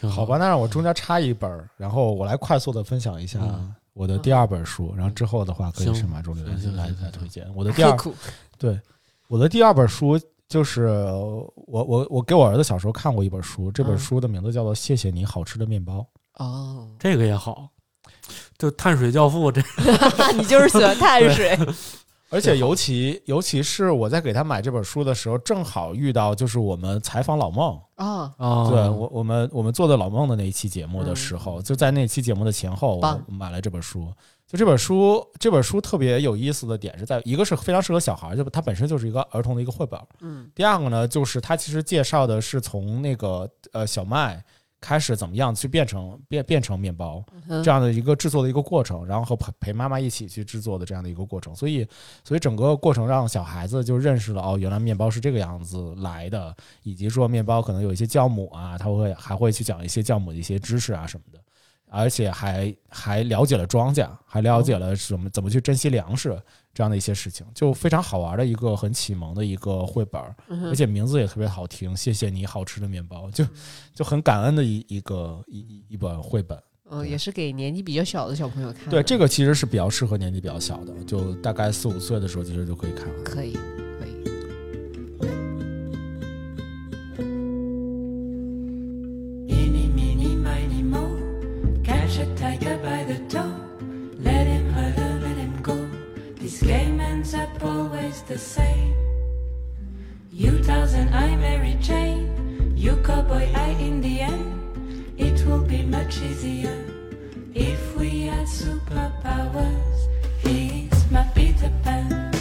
[SPEAKER 5] 挺
[SPEAKER 1] 好吧，，那让我中间插一本儿，然后我来快速的分享一下
[SPEAKER 5] 嗯
[SPEAKER 1] 我的第二本书，然后之后的话可以
[SPEAKER 5] 行
[SPEAKER 1] 是马助理来
[SPEAKER 5] 行行
[SPEAKER 1] 来
[SPEAKER 5] 行，
[SPEAKER 1] 来推荐。我的》。第
[SPEAKER 4] 刻
[SPEAKER 1] 二
[SPEAKER 4] 苦，
[SPEAKER 1] 我的第二本书就是呃我我我给我儿子小时候看过一本书，这本
[SPEAKER 4] 嗯
[SPEAKER 1] 书的名字叫做《谢谢你好吃的面包》。
[SPEAKER 4] 哦
[SPEAKER 5] 这个也好，就碳水教父这
[SPEAKER 4] 你就是喜欢碳水，
[SPEAKER 1] 而且尤其尤其是我在给他买这本书的时候，正好遇到就是我们采访老孟，
[SPEAKER 4] 哦，嗯
[SPEAKER 5] 啊，
[SPEAKER 1] 对我我们我们做的老孟的那一期节目的时候，就在那期节目的前后，
[SPEAKER 4] 棒
[SPEAKER 1] 我买了这本书。就这本书，这本书特别有意思的点是在一个是非常适合小孩儿，就它本身就是一个儿童的一个绘本。
[SPEAKER 4] 嗯
[SPEAKER 1] 第二个呢，就是它其实介绍的是从那个呃小麦开始怎么样去变成变变成面包
[SPEAKER 4] 哼
[SPEAKER 1] 这样的一个制作的一个过程，然后和陪陪妈妈一起去制作的这样的一个过程，所以所以整个过程让小孩子就认识了哦，原来面包是这个样子来的，以及说面包可能有一些酵母啊，他会还会去讲一些酵母的一些知识啊什么的。而且还还了解了庄稼，还了解了什么怎么去珍惜粮食这样的一些事情，就非常好玩的一个很启蒙的一个绘本儿。
[SPEAKER 4] 嗯
[SPEAKER 1] 而
[SPEAKER 4] 哼
[SPEAKER 1] 且名字也特别好听，谢谢你好吃的面包，就就很感恩的一一个一一一本绘本。
[SPEAKER 4] 嗯，也是给年纪比较小的小朋友看的。
[SPEAKER 1] 对，这个其实是比较适合年纪比较小的，就大概四五岁的时候其实就可以看完。
[SPEAKER 4] 可以，可以。
[SPEAKER 8] Eeny, meeny, miny, mo. Catch a tiger by the toe. Let him holler, let him go. This game ends up always the same. You thousand, I Mary Jane. You cowboy, I Indian. It will be much easier if we had superpowers. He's my Peter Pan.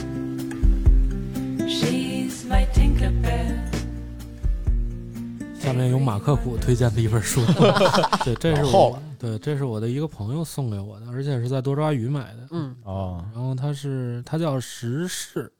[SPEAKER 8] She's my Tinker Bell.
[SPEAKER 5] 下面有马克虎推荐的一本 书，对，这是
[SPEAKER 1] 老厚
[SPEAKER 5] 我
[SPEAKER 1] 了
[SPEAKER 5] 对，这是我的一个朋友送给我的，而且是在多抓鱼买的。
[SPEAKER 4] 嗯，
[SPEAKER 1] 哦，
[SPEAKER 5] 然后它是它叫《时事》，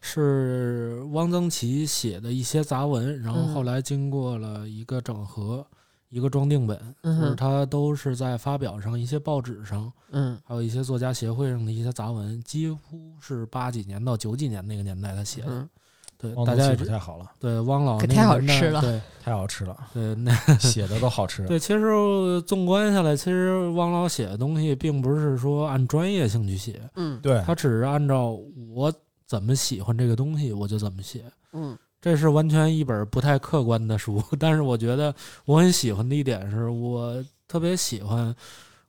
[SPEAKER 5] 是汪曾祺写的一些杂文，然后
[SPEAKER 4] 嗯
[SPEAKER 5] 后来经过了一个整合，一个装订本，
[SPEAKER 4] 嗯
[SPEAKER 5] 就是
[SPEAKER 4] 哼
[SPEAKER 5] 它都是在发表上、一些报纸上，
[SPEAKER 4] 嗯
[SPEAKER 5] 还有一些作家协会上的一些杂文，几乎是八几年到九几年那个年代他写的。
[SPEAKER 4] 嗯，
[SPEAKER 5] 对，
[SPEAKER 1] 汪
[SPEAKER 5] 大
[SPEAKER 1] 东
[SPEAKER 5] 家也
[SPEAKER 1] 记
[SPEAKER 5] 知
[SPEAKER 1] 可太好了，
[SPEAKER 5] 对汪老
[SPEAKER 4] 可
[SPEAKER 5] 那个
[SPEAKER 4] 太好
[SPEAKER 5] 年代
[SPEAKER 4] 吃了
[SPEAKER 5] 对
[SPEAKER 1] 太好吃 了，
[SPEAKER 5] 对那。
[SPEAKER 1] 写的都好吃。
[SPEAKER 5] 对，其实纵观下来，其实汪老写的东西并不是说按专业性去写，
[SPEAKER 1] 哎
[SPEAKER 4] 嗯，
[SPEAKER 1] 对
[SPEAKER 5] 他只是按照我怎么喜欢这个东西，我就怎么写。
[SPEAKER 4] 嗯
[SPEAKER 5] 这是完全一本不太客观的书， 但是我觉得我很喜欢的一点是我特别喜欢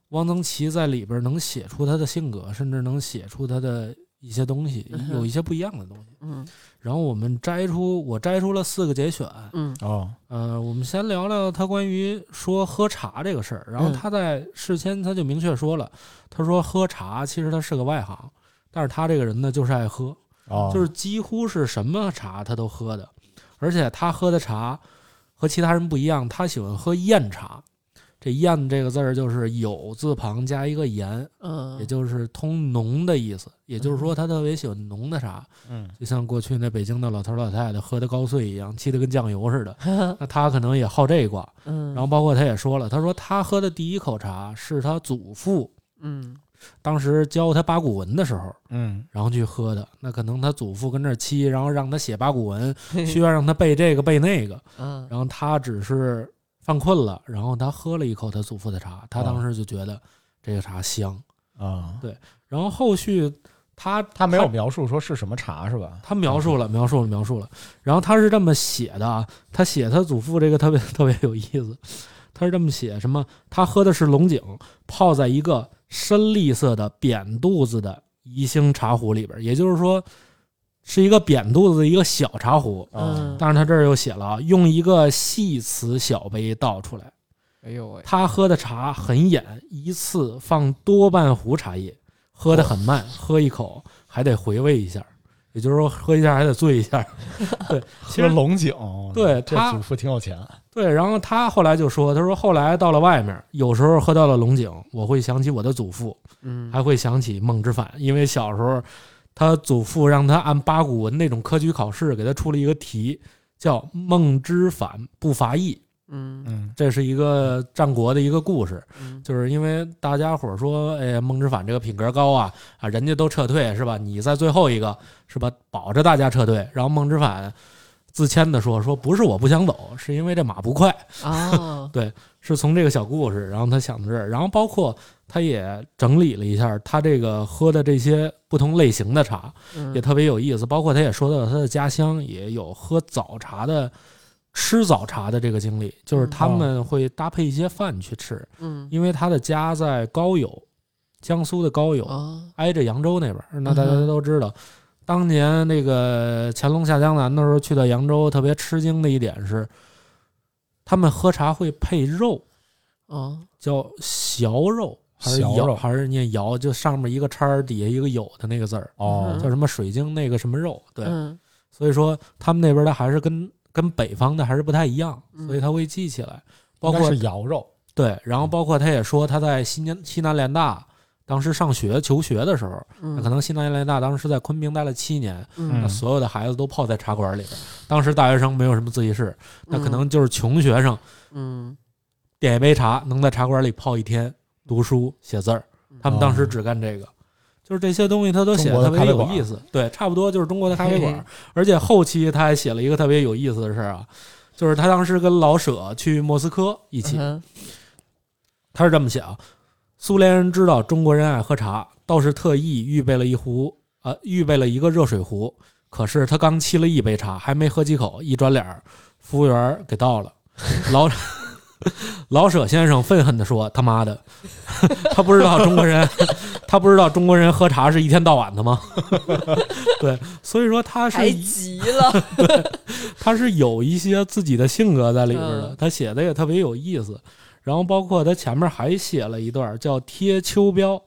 [SPEAKER 5] 汪曾祺在里边能写出他的性格，甚至能写出他的一些东西
[SPEAKER 4] 嗯，哼
[SPEAKER 5] 有一些不一样的东西。
[SPEAKER 4] 嗯
[SPEAKER 5] 然后我们摘出我摘出了四个节选，
[SPEAKER 4] 嗯
[SPEAKER 1] 哦，
[SPEAKER 5] 呃，我们先聊聊他关于说喝茶这个事儿。然后
[SPEAKER 4] 嗯
[SPEAKER 5] 他在事先他就明确说了，他说喝茶其实他是个外行，但是他这个人呢就是爱喝，
[SPEAKER 1] 哦，
[SPEAKER 5] 就是几乎是什么茶他都喝的，而且他喝的茶和其他人不一样，他喜欢喝燕茶。这“燕”这个字儿就是有字旁加一个“盐”，
[SPEAKER 4] 嗯，
[SPEAKER 5] 也就是通浓的意思。也就是说，他特别喜欢浓的茶，
[SPEAKER 1] 嗯，
[SPEAKER 5] 就像过去那北京的老头老太太喝的高碎一样，沏的跟酱油似的。那他可能也好这一挂。
[SPEAKER 4] 嗯，
[SPEAKER 5] 然后包括他也说了，他说他喝的第一口茶是他祖父
[SPEAKER 4] 嗯
[SPEAKER 5] 当时教他八股文的时候，
[SPEAKER 1] 嗯
[SPEAKER 5] 然后去喝的。那可能他祖父跟这儿沏，然后让他写八股文，需要让他背这个背那个，
[SPEAKER 4] 嗯
[SPEAKER 5] 然后他只是犯困了，然后他喝了一口他祖父的茶，他当时就觉得这个茶香。
[SPEAKER 1] 啊，
[SPEAKER 5] 然后后续他
[SPEAKER 1] 他没有描述说是什么茶是吧？
[SPEAKER 5] 他描述了，描述了，描述了。然后他是这么写的啊，他写他祖父这个特别特别有意思，他是这么写什么？他喝的是龙井，泡在一个深绿色的扁肚子的宜兴茶壶里边，也就是说是一个扁肚子的一个小茶壶。
[SPEAKER 1] 啊
[SPEAKER 4] 嗯，
[SPEAKER 5] 但是他这儿又写了啊，用一个细瓷小杯倒出来。
[SPEAKER 3] 哎呦喂，
[SPEAKER 5] 他喝的茶很眼，一次放多半壶茶叶，喝得很慢，喝一口还得回味一下，也就是说喝一下还得醉一下。 对，其
[SPEAKER 1] 喝
[SPEAKER 5] 实
[SPEAKER 1] 龙井，
[SPEAKER 5] 对
[SPEAKER 1] 这
[SPEAKER 5] 他
[SPEAKER 1] 祖父挺有钱，
[SPEAKER 5] 对。然后他后来就说，他说后来到了外面，有时候喝到了龙井，我会想起我的祖父，
[SPEAKER 4] 嗯
[SPEAKER 5] 还会想起孟之返，因为小时候他祖父让他按八股文那种科举考试给他出了一个题，叫《孟之返不伐邑》。
[SPEAKER 4] 嗯
[SPEAKER 1] 嗯
[SPEAKER 5] 这是一个战国的一个故事，
[SPEAKER 4] 嗯
[SPEAKER 5] 就是因为大家伙儿说，哎呀，孟之反这个品格高啊，啊，人家都撤退是吧？你在最后一个是吧，保着大家撤退。然后孟之反自谦的说，说不是我不想走，是因为这马不快。
[SPEAKER 4] 啊
[SPEAKER 5] 是从这个小故事，然后他想到这儿，然后包括他也整理了一下他这个喝的这些不同类型的茶，
[SPEAKER 4] 嗯
[SPEAKER 5] 也特别有意思。包括他也说到了他的家乡也有喝早茶的、吃早茶的这个经历，就是他们会搭配一些饭去吃。
[SPEAKER 4] 嗯
[SPEAKER 5] 因为他的家在高邮，江苏的高邮，
[SPEAKER 4] 啊
[SPEAKER 5] 挨着扬州那边儿。那
[SPEAKER 4] 嗯
[SPEAKER 5] 大家
[SPEAKER 4] 哼
[SPEAKER 5] 都知道，当年那个乾隆下江南的时候，去到扬州，特别吃惊的一点是，他们喝茶会配肉，
[SPEAKER 4] 啊
[SPEAKER 5] 叫肴肉还是
[SPEAKER 1] 肴肉
[SPEAKER 5] 肴还是念肴，就上面一个叉儿，底下一个有的那个字儿，
[SPEAKER 1] 哦
[SPEAKER 5] 叫什么水晶那个什么肉。对，
[SPEAKER 4] 嗯
[SPEAKER 5] 所以说他们那边的还是跟跟北方的还是不太一样，
[SPEAKER 4] 嗯
[SPEAKER 5] 所以他会记起来，包
[SPEAKER 1] 应该
[SPEAKER 5] 括
[SPEAKER 1] 是肴肉，
[SPEAKER 5] 对，然后包括他也说他在西南西南联大当时上学求学的时候，那可
[SPEAKER 4] 嗯
[SPEAKER 5] 能西南联大当时在昆明待了七年，那
[SPEAKER 1] 嗯
[SPEAKER 5] 所有的孩子都泡在茶馆里边。当时大学生没有什么自习室，那可能就是穷学生
[SPEAKER 4] 嗯
[SPEAKER 5] 点一杯茶，能在茶馆里泡一天，读书写字儿。
[SPEAKER 4] 嗯
[SPEAKER 5] 他们当时只干这个，就是这些东西他都写
[SPEAKER 1] 哦中国
[SPEAKER 5] 得
[SPEAKER 1] 的
[SPEAKER 5] 特
[SPEAKER 1] 咖
[SPEAKER 5] 别
[SPEAKER 1] 啡
[SPEAKER 5] 有
[SPEAKER 1] 馆
[SPEAKER 5] 意思。对，差不多就是中国的咖啡馆。而且后期他还写了一个特别有意思的事儿啊，就是他当时跟老舍去莫斯科一起，
[SPEAKER 4] 嗯
[SPEAKER 5] 他是这么写啊：苏联人知道中国人爱喝茶，倒是特意预备了一壶，呃，预备了一个热水壶。可是他刚沏了一杯茶，还没喝几口，一转脸儿，服务员儿给倒了。老老舍先生愤恨地说：“他妈的，他不知道中国人，他不知道中国人喝茶是一天到晚的吗？”对，所以说他是
[SPEAKER 4] 太急了
[SPEAKER 5] 他是有一些自己的性格在里边的
[SPEAKER 4] 嗯，
[SPEAKER 5] 他写的也特别有意思。然后包括他前面还写了一段叫贴秋膘，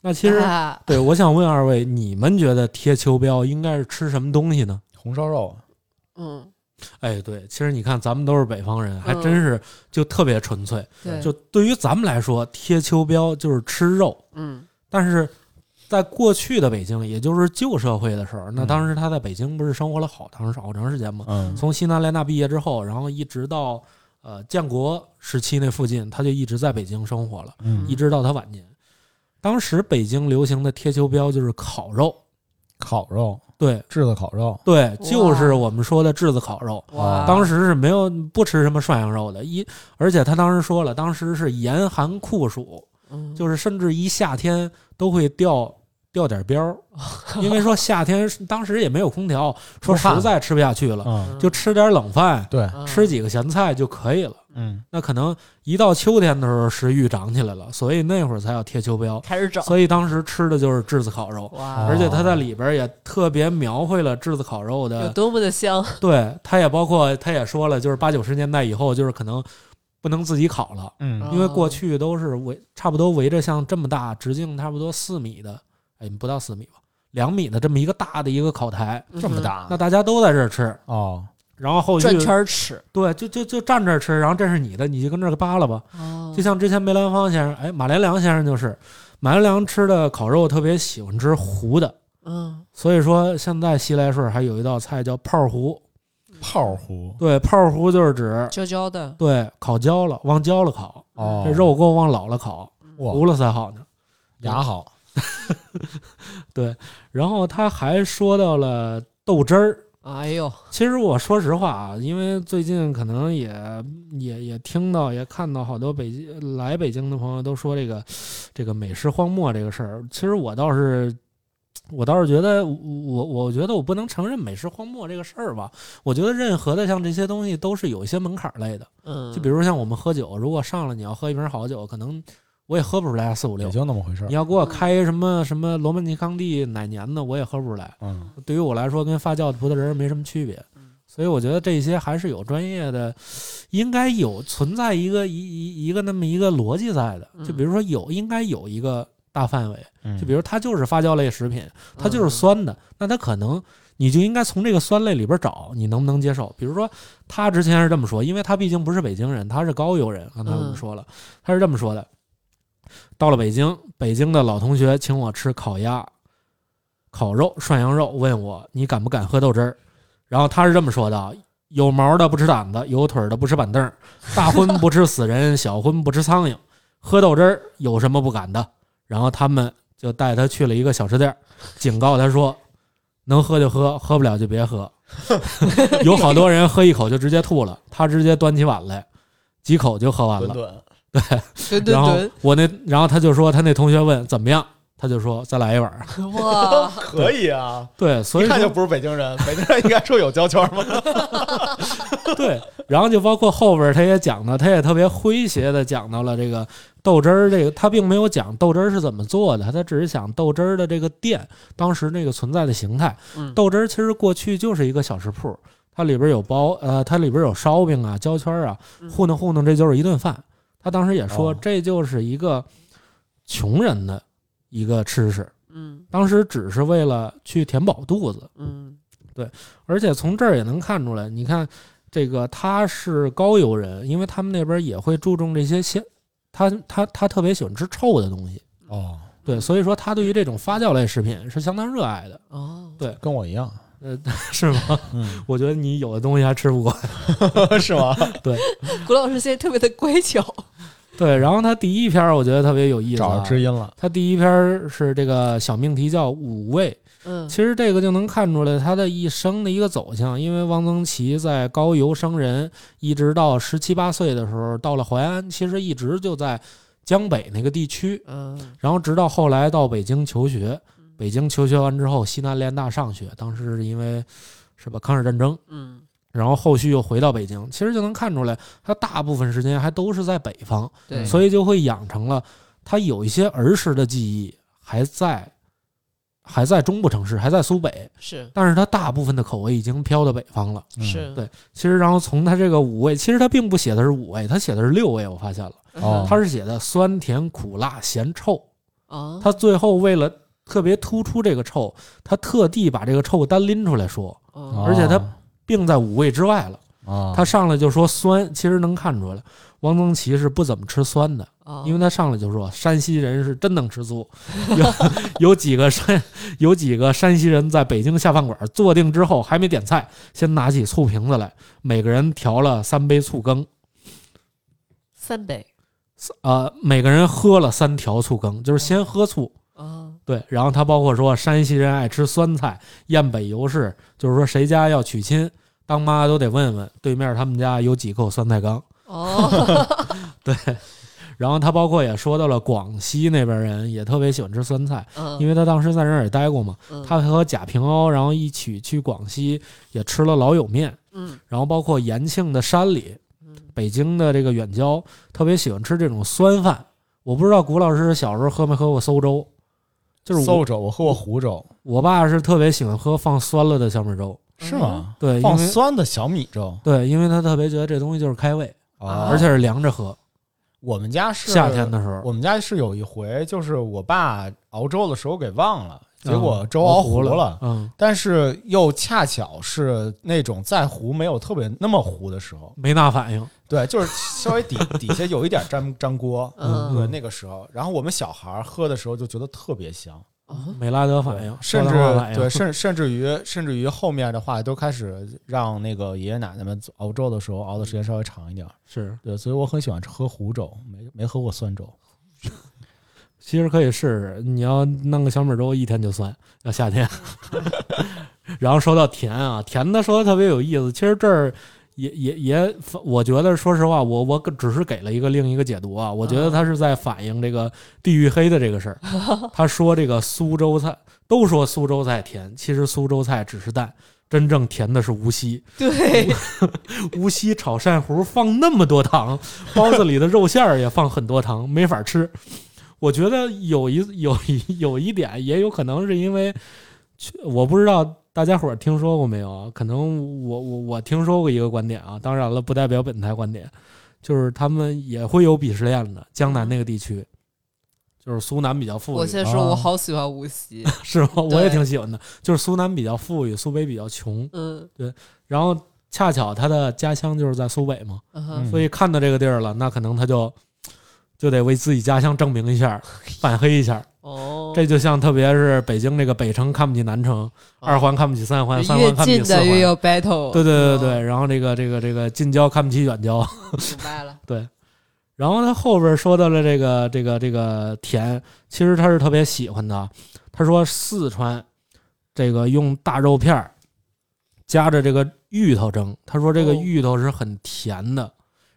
[SPEAKER 5] 那 其实、
[SPEAKER 4] 啊
[SPEAKER 5] 对我想问二位，你们觉得贴秋膘应该是吃什么东西呢？
[SPEAKER 1] 红烧肉，
[SPEAKER 4] 嗯
[SPEAKER 5] 哎，对，其实你看咱们都是北方人，还
[SPEAKER 4] 嗯
[SPEAKER 5] 真是就特别纯粹。
[SPEAKER 4] 对
[SPEAKER 5] 就对于咱们来说，贴秋膘就是吃肉，
[SPEAKER 4] 嗯
[SPEAKER 5] 但是在过去的北京，也就是旧社会的时候，
[SPEAKER 4] 嗯
[SPEAKER 5] 那当时他在北京不是生活了好长好长时间吗？
[SPEAKER 1] 嗯
[SPEAKER 5] 从西南联大毕业之后，然后一直到呃建国时期那附近，他就一直在北京生活了，
[SPEAKER 1] 嗯，
[SPEAKER 5] 一直到他晚年。当时北京流行的贴秋膘就是烤肉，
[SPEAKER 1] 烤肉，
[SPEAKER 5] 对
[SPEAKER 1] 炙的烤肉，
[SPEAKER 5] 对，就是我们说的炙子烤肉。
[SPEAKER 4] 哇
[SPEAKER 5] 啊当时是没有不吃什么涮羊肉的，一而且他当时说了，当时是严寒酷暑，
[SPEAKER 4] 嗯
[SPEAKER 5] 就是甚至一夏天都会掉掉点膘儿，因为说夏天当时也没有空调，说实在吃不下去了，
[SPEAKER 1] 嗯，
[SPEAKER 5] 就吃点冷饭，
[SPEAKER 1] 对，
[SPEAKER 4] 嗯
[SPEAKER 5] 吃几个咸菜就可以了。
[SPEAKER 1] 嗯，
[SPEAKER 5] 那可能一到秋天的时候，食欲长起来了，所以那会儿才要贴秋膘。
[SPEAKER 4] 开始找
[SPEAKER 5] 所以啊当时吃的就是炙子烤肉，
[SPEAKER 4] 哇，
[SPEAKER 5] 而且它在里边儿也特别描绘了炙子烤肉
[SPEAKER 4] 有
[SPEAKER 5] 的，
[SPEAKER 4] 多么的香，
[SPEAKER 5] 对，它也包括它也说了，就是八九十年代以后，就是可能不能自己烤了，
[SPEAKER 4] 哦
[SPEAKER 1] 嗯
[SPEAKER 5] 因为过去都是围差不多围着像这么大，直径差不多四米的，哎，不到四米吧，两米的这么一个大的一个烤台，
[SPEAKER 4] 嗯哼
[SPEAKER 1] 这么大
[SPEAKER 5] 那大啊家都在这儿吃，
[SPEAKER 1] 哦，
[SPEAKER 5] 然后后续
[SPEAKER 4] 转圈儿吃，
[SPEAKER 5] 对，就就就站这儿吃，然后这是你的，你就跟这儿扒拉吧。
[SPEAKER 4] 哦
[SPEAKER 5] 就像之前梅兰芳先生，哎，马连良先生就是马连良吃的烤肉特别喜欢吃糊的，
[SPEAKER 4] 嗯，
[SPEAKER 5] 所以说现在西来顺还有一道菜叫泡糊，
[SPEAKER 1] 泡糊
[SPEAKER 5] 对，泡糊就是指
[SPEAKER 4] 焦焦的，
[SPEAKER 5] 对烤焦了，往焦了烤，
[SPEAKER 1] 哦，
[SPEAKER 5] 这肉够往老了烤，糊
[SPEAKER 1] 哇，
[SPEAKER 5] 了才好呢。
[SPEAKER 1] 牙好，
[SPEAKER 5] 然后他还说到了豆汁儿，
[SPEAKER 4] 哎呦，
[SPEAKER 5] 其实我说实话啊，因为最近可能也也也听到也看到好多北京来北京的朋友都说这个这个美食荒漠这个事儿。其实我倒是我倒是觉得我我觉得我不能承认美食荒漠这个事儿吧。我觉得任何的像这些东西都是有一些门槛儿类的。
[SPEAKER 4] 嗯，
[SPEAKER 5] 就比如像我们喝酒，如果上来你要喝一瓶好酒，可能我也喝不出来四五
[SPEAKER 1] 也
[SPEAKER 5] 六。
[SPEAKER 1] 就那么回事儿
[SPEAKER 5] 你。要给我开什么什么罗曼尼康帝哪年的，我也喝不出来。
[SPEAKER 1] 嗯，
[SPEAKER 5] 对于我来说，跟发酵的葡萄仁儿没什么区别。所以我觉得这些还是有专业的，应该有存在一个一一一个那么一个逻辑在的。就比如说有应该有一个大范围，
[SPEAKER 1] 嗯
[SPEAKER 5] 就比如它就是发酵类食品，它
[SPEAKER 4] 嗯
[SPEAKER 5] 就是酸的，那它可能你就应该从这个酸类里边找你能不能接受。比如说他之前是这么说，因为他毕竟不是北京人，他是高邮人，刚才我们
[SPEAKER 4] 嗯
[SPEAKER 5] 说了，他是这么说的。到了北京，北京的老同学请我吃烤鸭、烤肉、涮羊肉，问我你敢不敢喝豆汁儿？然后他是这么说的啊：有毛的不吃胆子，有腿儿的不吃板凳儿，大荤不吃死人，小荤不吃苍蝇，喝豆汁儿有什么不敢的？然后他们就带他去了一个小吃店儿，警告他说：能喝就喝，喝不了就别喝。有好多人喝一口就直接吐了，他直接端起碗来，几口就喝完了
[SPEAKER 1] 顿。顿，
[SPEAKER 4] 蹲
[SPEAKER 5] 然
[SPEAKER 4] 蹲
[SPEAKER 5] 后
[SPEAKER 4] 蹲，
[SPEAKER 5] 我那，然后他就说，他那同学问怎么样，他就说再来一碗儿。
[SPEAKER 4] 嗯哇，
[SPEAKER 1] 可以啊，
[SPEAKER 5] 对，所以
[SPEAKER 1] 一看就
[SPEAKER 5] 说
[SPEAKER 1] 不是北京人， 北京人应该说有胶圈吗？
[SPEAKER 5] 对，然后就包括后边儿他也讲到，他也特别诙谐的讲到了这个豆汁儿，这个他并没有讲豆汁儿是怎么做的，他只是讲豆汁儿的这个店当时那个存在的形态。
[SPEAKER 4] 嗯
[SPEAKER 5] 豆汁儿其实过去就是一个小吃铺儿，它里边儿有包呃，它里边儿有烧饼啊、焦圈儿啊，
[SPEAKER 4] 嗯
[SPEAKER 5] 糊弄糊弄，这就是一顿饭。他当时也说，
[SPEAKER 1] 哦
[SPEAKER 5] 这就是一个穷人的一个吃食，
[SPEAKER 4] 嗯
[SPEAKER 5] 当时只是为了去填饱肚子。
[SPEAKER 4] 嗯
[SPEAKER 5] 而且从这儿也能看出来，你看这个他是高邮人，因为他们那边也会注重这些鲜，他他他特别喜欢吃臭的东西，
[SPEAKER 1] 哦，
[SPEAKER 5] 对，所以说他对于这种发酵类食品是相当热爱的，
[SPEAKER 4] 哦，
[SPEAKER 1] 跟我一样，
[SPEAKER 5] 呃，是吗？
[SPEAKER 1] 嗯，
[SPEAKER 5] 我觉得你有的东西还吃不过。
[SPEAKER 1] 是吗？
[SPEAKER 4] 古老师现在特别的乖巧，
[SPEAKER 5] 对，然后他第一篇儿我觉得特别有意 思、
[SPEAKER 1] 找
[SPEAKER 5] 啊，
[SPEAKER 1] 着知音了，
[SPEAKER 5] 他第一篇儿是这个小命题叫五味，
[SPEAKER 4] 嗯
[SPEAKER 5] 其实这个就能看出来他的一生的一个走向，因为汪曾祺在高邮生人，一直到十七八岁的时候，到了淮安，其实一直就在江北那个地区，
[SPEAKER 4] 嗯
[SPEAKER 5] 然后直到后来到北京求学，北京求学完之后，西南联大上学，当时是因为是吧抗日战争，
[SPEAKER 4] 嗯，
[SPEAKER 5] 然后后续又回到北京，其实就能看出来，他大部分时间还都是在北方，
[SPEAKER 4] 对，
[SPEAKER 5] 所以就会养成了他有一些儿时的记忆还在，还在中部城市，还在苏北，
[SPEAKER 4] 是
[SPEAKER 5] 但是他大部分的口味已经飘到北方了。
[SPEAKER 1] 嗯
[SPEAKER 4] 是，
[SPEAKER 5] 对其实，然后从他这个五味，其实他并不写的是五味，他写的是六味。我发现了，
[SPEAKER 4] 嗯
[SPEAKER 1] 哦
[SPEAKER 5] 他是写的酸甜苦辣咸臭。
[SPEAKER 4] 啊，
[SPEAKER 5] 他最后为了特别突出这个臭，他特地把这个臭单拎出来说，
[SPEAKER 4] 哦
[SPEAKER 5] 而且他
[SPEAKER 1] 哦
[SPEAKER 5] 并在五味之外了。
[SPEAKER 1] 哦
[SPEAKER 5] 他上来就说酸，其实能看出来，汪曾祺是不怎么吃酸的。
[SPEAKER 4] 哦
[SPEAKER 5] 因为他上来就说山西人是真能吃醋，有有几个山有几个山西人在北京下饭馆坐定之后还没点菜，先拿起醋瓶子来，每个人调了三杯醋羹，
[SPEAKER 4] 三杯
[SPEAKER 5] 呃，每个人喝了三条醋羹，就是先喝醋。
[SPEAKER 4] 啊，
[SPEAKER 5] 对，然后他包括说山西人爱吃酸菜，雁北尤氏，就是说谁家要娶亲，当妈都得问问对面他们家有几口酸菜缸。
[SPEAKER 4] 哦，
[SPEAKER 5] 对，然后他包括也说到了广西那边人也特别喜欢吃酸菜，
[SPEAKER 4] 嗯，
[SPEAKER 5] 因为他当时在那儿也待过嘛，
[SPEAKER 4] 嗯
[SPEAKER 5] 他和贾平凹然后一起去广西也吃了老友面，
[SPEAKER 4] 嗯
[SPEAKER 5] 然后包括延庆的山里，北京的这个远郊特别喜欢吃这种酸饭。我不知道谷老师小时候喝没喝过馊粥，就是我
[SPEAKER 1] 馊粥，我喝过湖粥，
[SPEAKER 5] 我爸是特别喜欢喝放酸了的小米粥，
[SPEAKER 1] 是吗？
[SPEAKER 5] 嗯对，因
[SPEAKER 1] 放
[SPEAKER 5] 为
[SPEAKER 1] 酸的小米粥，
[SPEAKER 5] 对，因为他特别觉得这东西就是开胃，
[SPEAKER 1] 啊
[SPEAKER 5] 而且是凉着喝，
[SPEAKER 1] 我们家是
[SPEAKER 5] 夏天的时候
[SPEAKER 1] 我们家是有一回，就是我爸熬粥的时候给忘了，结果
[SPEAKER 5] 嗯
[SPEAKER 1] 粥熬
[SPEAKER 5] 糊
[SPEAKER 1] 糊了，
[SPEAKER 5] 嗯，
[SPEAKER 1] 但是又恰巧是那种再糊没有特别那么糊的时候，
[SPEAKER 5] 没那反应，
[SPEAKER 1] 对，就是稍微 底底下有一点粘粘锅，
[SPEAKER 4] 嗯
[SPEAKER 1] 对，那个时候，然后我们小孩喝的时候就觉得特别香，
[SPEAKER 4] 哦
[SPEAKER 5] 没拉德反应，
[SPEAKER 1] 甚至
[SPEAKER 5] 多拉德反应
[SPEAKER 1] 对，甚甚至于甚至于后面的话都开始让那个爷爷奶奶们熬粥的时候熬的时间稍微长一点，
[SPEAKER 5] 是，
[SPEAKER 1] 对，所以我很喜欢吃喝糊粥，没没喝过酸粥。
[SPEAKER 5] 其实可以试试，你要弄个小米粥，一天就酸，要夏天。然后说到甜啊，甜的说的特别有意思，其实这儿。也也也，我觉得说实话，我我只是给了一个另一个解读啊，我觉得他是在反映这个地域黑的这个事儿。他说这个苏州菜，都说苏州菜甜，其实苏州菜只是淡，真正甜的是无锡。
[SPEAKER 4] 对，
[SPEAKER 5] 无锡炒鳝糊放那么多糖，包子里的肉馅儿也放很多糖，没法吃。我觉得有一有一 有一点，也有可能是因为，我不知道大家伙儿听说过没有啊？可能我我我听说过一个观点啊，当然了，不代表本台观点，就是他们也会有鄙视链的。江南那个地区，就是苏南比较富裕，
[SPEAKER 4] 我现在说
[SPEAKER 1] 啊
[SPEAKER 4] 我好喜欢无 锡，
[SPEAKER 5] 是吗？ 我也
[SPEAKER 4] 对
[SPEAKER 5] 挺喜欢的，就是苏南比较富裕，苏北比较穷，
[SPEAKER 4] 嗯
[SPEAKER 5] 然后恰巧他的家乡就是在苏北嘛。
[SPEAKER 4] 嗯哼
[SPEAKER 5] 所以看到这个地儿了，那可能他就就得为自己家乡证明 一下，反黑一下。
[SPEAKER 4] 哎
[SPEAKER 1] 嗯
[SPEAKER 4] 哦，
[SPEAKER 5] 这就像特别是北京这个北城看不起南城，二环看不起三环，三
[SPEAKER 4] 越
[SPEAKER 5] 环看不起
[SPEAKER 4] 近
[SPEAKER 5] 四
[SPEAKER 4] 的
[SPEAKER 5] 环。
[SPEAKER 4] 越要 battle，
[SPEAKER 5] 对对对对
[SPEAKER 4] 哦
[SPEAKER 5] 对，然后这个这个这个近郊看不起远郊，
[SPEAKER 4] 明白 了，
[SPEAKER 5] 对。然后他后边说到了这个这个这个甜，其实他是特别喜欢的。他说四川这个用大肉片儿夹着这个芋头蒸，他说这个
[SPEAKER 4] 哦
[SPEAKER 5] 芋头是很甜的。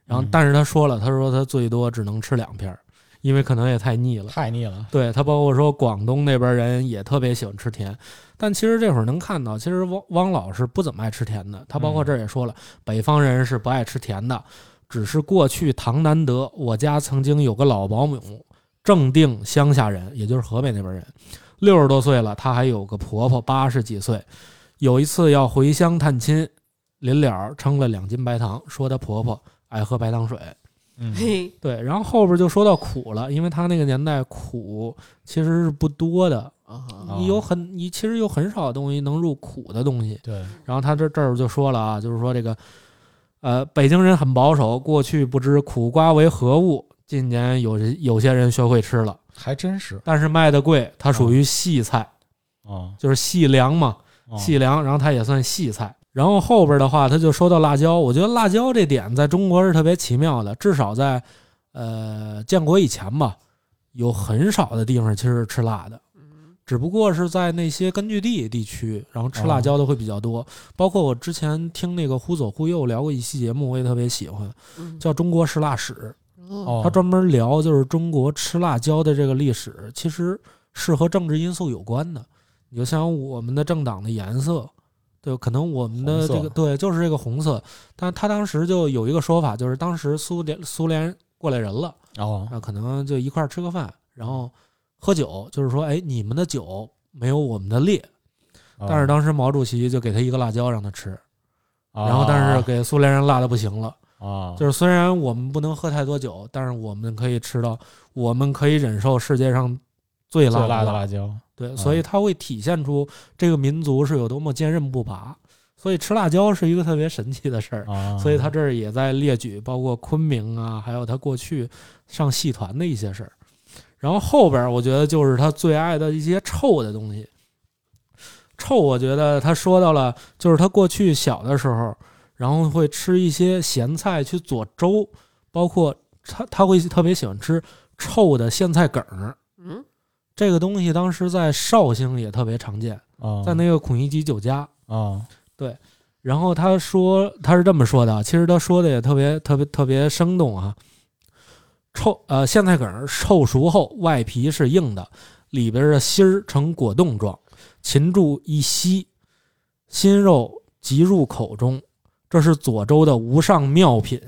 [SPEAKER 5] 然后
[SPEAKER 1] 嗯，
[SPEAKER 5] 但是他说了，他说他最多只能吃两片儿，因为可能也太腻了。
[SPEAKER 1] 太腻了，
[SPEAKER 5] 对他，包括说广东那边人也特别喜欢吃甜，但其实这会儿能看到，其实汪汪老是不怎么爱吃甜的。他包括这儿也说了，北方人是不爱吃甜的，只是过去唐南德，我家曾经有个老保姆，正定乡下人，也就是河北那边人，六十多岁了，她还有个婆婆八十几岁，有一次要回乡探亲，临了称了两斤白糖，说她婆婆爱喝白糖水。
[SPEAKER 1] 嗯，
[SPEAKER 4] 嘿，
[SPEAKER 5] 对，然后后边就说到苦了，因为他那个年代苦其实是不多的，
[SPEAKER 4] 啊哈
[SPEAKER 5] 你有很你其实有很少的东西能入苦的东西。
[SPEAKER 1] 对，
[SPEAKER 5] 然后他这这儿就说了啊，就是说这个，呃，北京人很保守，过去不知苦瓜为何物，近年有些有些人学会吃了，
[SPEAKER 1] 还真是
[SPEAKER 5] 但是卖的贵，它属于细菜，
[SPEAKER 1] 啊，
[SPEAKER 5] 就是细粮嘛。
[SPEAKER 1] 啊
[SPEAKER 5] 细粮，然后它也算细菜。然后后边的话，他就说到辣椒，我觉得辣椒这点在中国是特别奇妙的，至少在呃建国以前吧，有很少的地方其实是吃辣的，只不过是在那些根据地地区，然后吃辣椒的会比较多。包括我之前听那个《忽左忽右》聊过一期节目，我也特别喜欢，
[SPEAKER 4] 嗯
[SPEAKER 5] 叫《中国食辣史》，
[SPEAKER 4] 哦
[SPEAKER 1] 哦，
[SPEAKER 5] 他专门聊就是中国吃辣椒的这个历史，其实是和政治因素有关的。你就像我们的政党的颜色，对，可能我们的
[SPEAKER 1] 红色
[SPEAKER 5] 这个对就是这个红色，但他当时就有一个说法，就是当时苏联苏联过来人了，啊
[SPEAKER 1] 哦，
[SPEAKER 5] 那可能就一块儿吃个饭，然后喝酒，就是说，哎，你们的酒没有我们的烈，
[SPEAKER 1] 啊
[SPEAKER 5] 但是当时毛主席就给他一个辣椒让他吃，
[SPEAKER 1] 哦，
[SPEAKER 5] 然后但是给苏联人辣的不行了。
[SPEAKER 1] 啊，
[SPEAKER 5] 就是虽然我们不能喝太多酒，但是我们可以吃到，我们可以忍受世界上最辣
[SPEAKER 1] 最
[SPEAKER 5] 的
[SPEAKER 1] 辣的嗯
[SPEAKER 5] 辣
[SPEAKER 1] 辣椒，
[SPEAKER 5] 对，所以它会体现出这个民族是有多么坚韧不拔。所以吃辣椒是一个特别神奇的事儿。
[SPEAKER 1] 啊，
[SPEAKER 5] 所以他这儿也在列举，包括昆明啊，还有他过去上戏团的一些事儿。然后后边儿我觉得就是他最爱的一些臭的东西。臭，我觉得他说到了，就是他过去小的时候，然后会吃一些咸菜去做粥，包括他他会特别喜欢吃臭的苋菜梗儿。
[SPEAKER 4] 嗯
[SPEAKER 5] 这个东西当时在绍兴也特别常见，
[SPEAKER 1] 啊
[SPEAKER 5] 在那个孔乙己酒家，
[SPEAKER 1] 啊
[SPEAKER 5] 然后他说他是这么说的啊，其实他说的也特别特别特别生动啊。臭呃苋菜梗儿臭熟后外皮是硬的，里边的芯儿呈果冻状，擒住一吸，新肉即入口中，这是左州的无上妙品。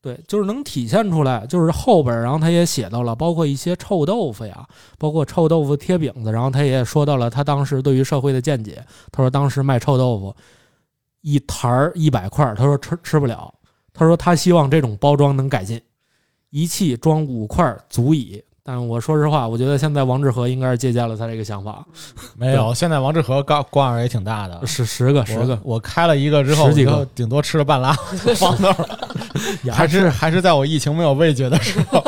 [SPEAKER 5] 对，就是能体现出来，就是后边儿，然后他也写到了，包括一些臭豆腐呀，包括臭豆腐贴饼子，然后他也说到了他当时对于社会的见解。他说当时卖臭豆腐一坛儿一百块儿，他说吃吃不了，他说他希望这种包装能改进，一气装五块儿足矣。但我说实话，我觉得现在王致和应该是借鉴了他这个想法，
[SPEAKER 1] 没有，现在王致和杠杠儿也挺大的，
[SPEAKER 5] 是十个十个，
[SPEAKER 1] 我我开了一个之后，
[SPEAKER 5] 十几个
[SPEAKER 1] 我就顶多吃了 半拉黄豆，还是还是在我疫情没有味觉的时候，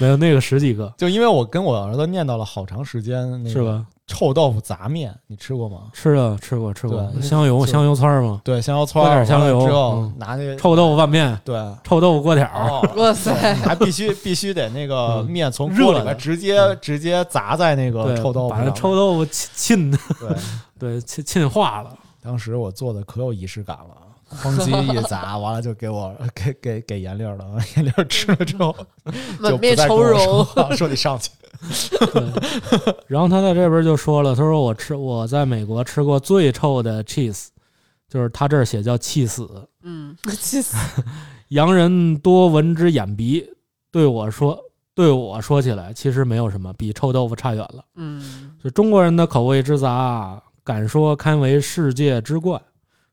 [SPEAKER 5] 没有那个十几个
[SPEAKER 1] 就因为我跟我儿子念叨了好长时间，那个
[SPEAKER 5] 是吧？
[SPEAKER 1] 臭豆腐杂面，你吃过吗？
[SPEAKER 5] 吃了吃过吃过
[SPEAKER 1] 对
[SPEAKER 5] 香油
[SPEAKER 1] 就是
[SPEAKER 5] 香油串嘛，
[SPEAKER 1] 对，香油搓
[SPEAKER 5] 搁点香油
[SPEAKER 1] 完了之后
[SPEAKER 5] 嗯
[SPEAKER 1] 拿那
[SPEAKER 5] 臭豆啊腐拌面，
[SPEAKER 1] 对，
[SPEAKER 5] 臭豆腐锅条儿，
[SPEAKER 1] 哦，
[SPEAKER 4] 哇塞，
[SPEAKER 1] 还必须必须得那个
[SPEAKER 5] 嗯
[SPEAKER 1] 面从
[SPEAKER 5] 热
[SPEAKER 1] 锅
[SPEAKER 5] 的
[SPEAKER 1] 里边直接直接砸在那个
[SPEAKER 5] 对，
[SPEAKER 1] 臭豆腐
[SPEAKER 5] 把那
[SPEAKER 1] 上，
[SPEAKER 5] 臭豆腐浸浸
[SPEAKER 1] 对，
[SPEAKER 5] 对浸浸化了，
[SPEAKER 1] 当时我做的可有仪式感了。哐叽一砸，完了就给我 给给给颜六了， 颜六吃了之后
[SPEAKER 4] 嗯 满
[SPEAKER 1] 就
[SPEAKER 4] 面
[SPEAKER 1] 不再跟
[SPEAKER 4] 愁
[SPEAKER 1] 我说
[SPEAKER 4] 容。
[SPEAKER 1] 话， 说你上去。
[SPEAKER 5] 然后他在这边就说了，他说我吃我在美国吃过最臭的 cheese，就是他这儿写叫气死，
[SPEAKER 4] 嗯，气 死！
[SPEAKER 5] 洋人多闻之眼鼻。对我说，对我说起来，其实没有什么，比臭豆腐差远了。
[SPEAKER 4] 嗯，
[SPEAKER 5] 就中国人的口味之杂，敢说堪为世界之冠。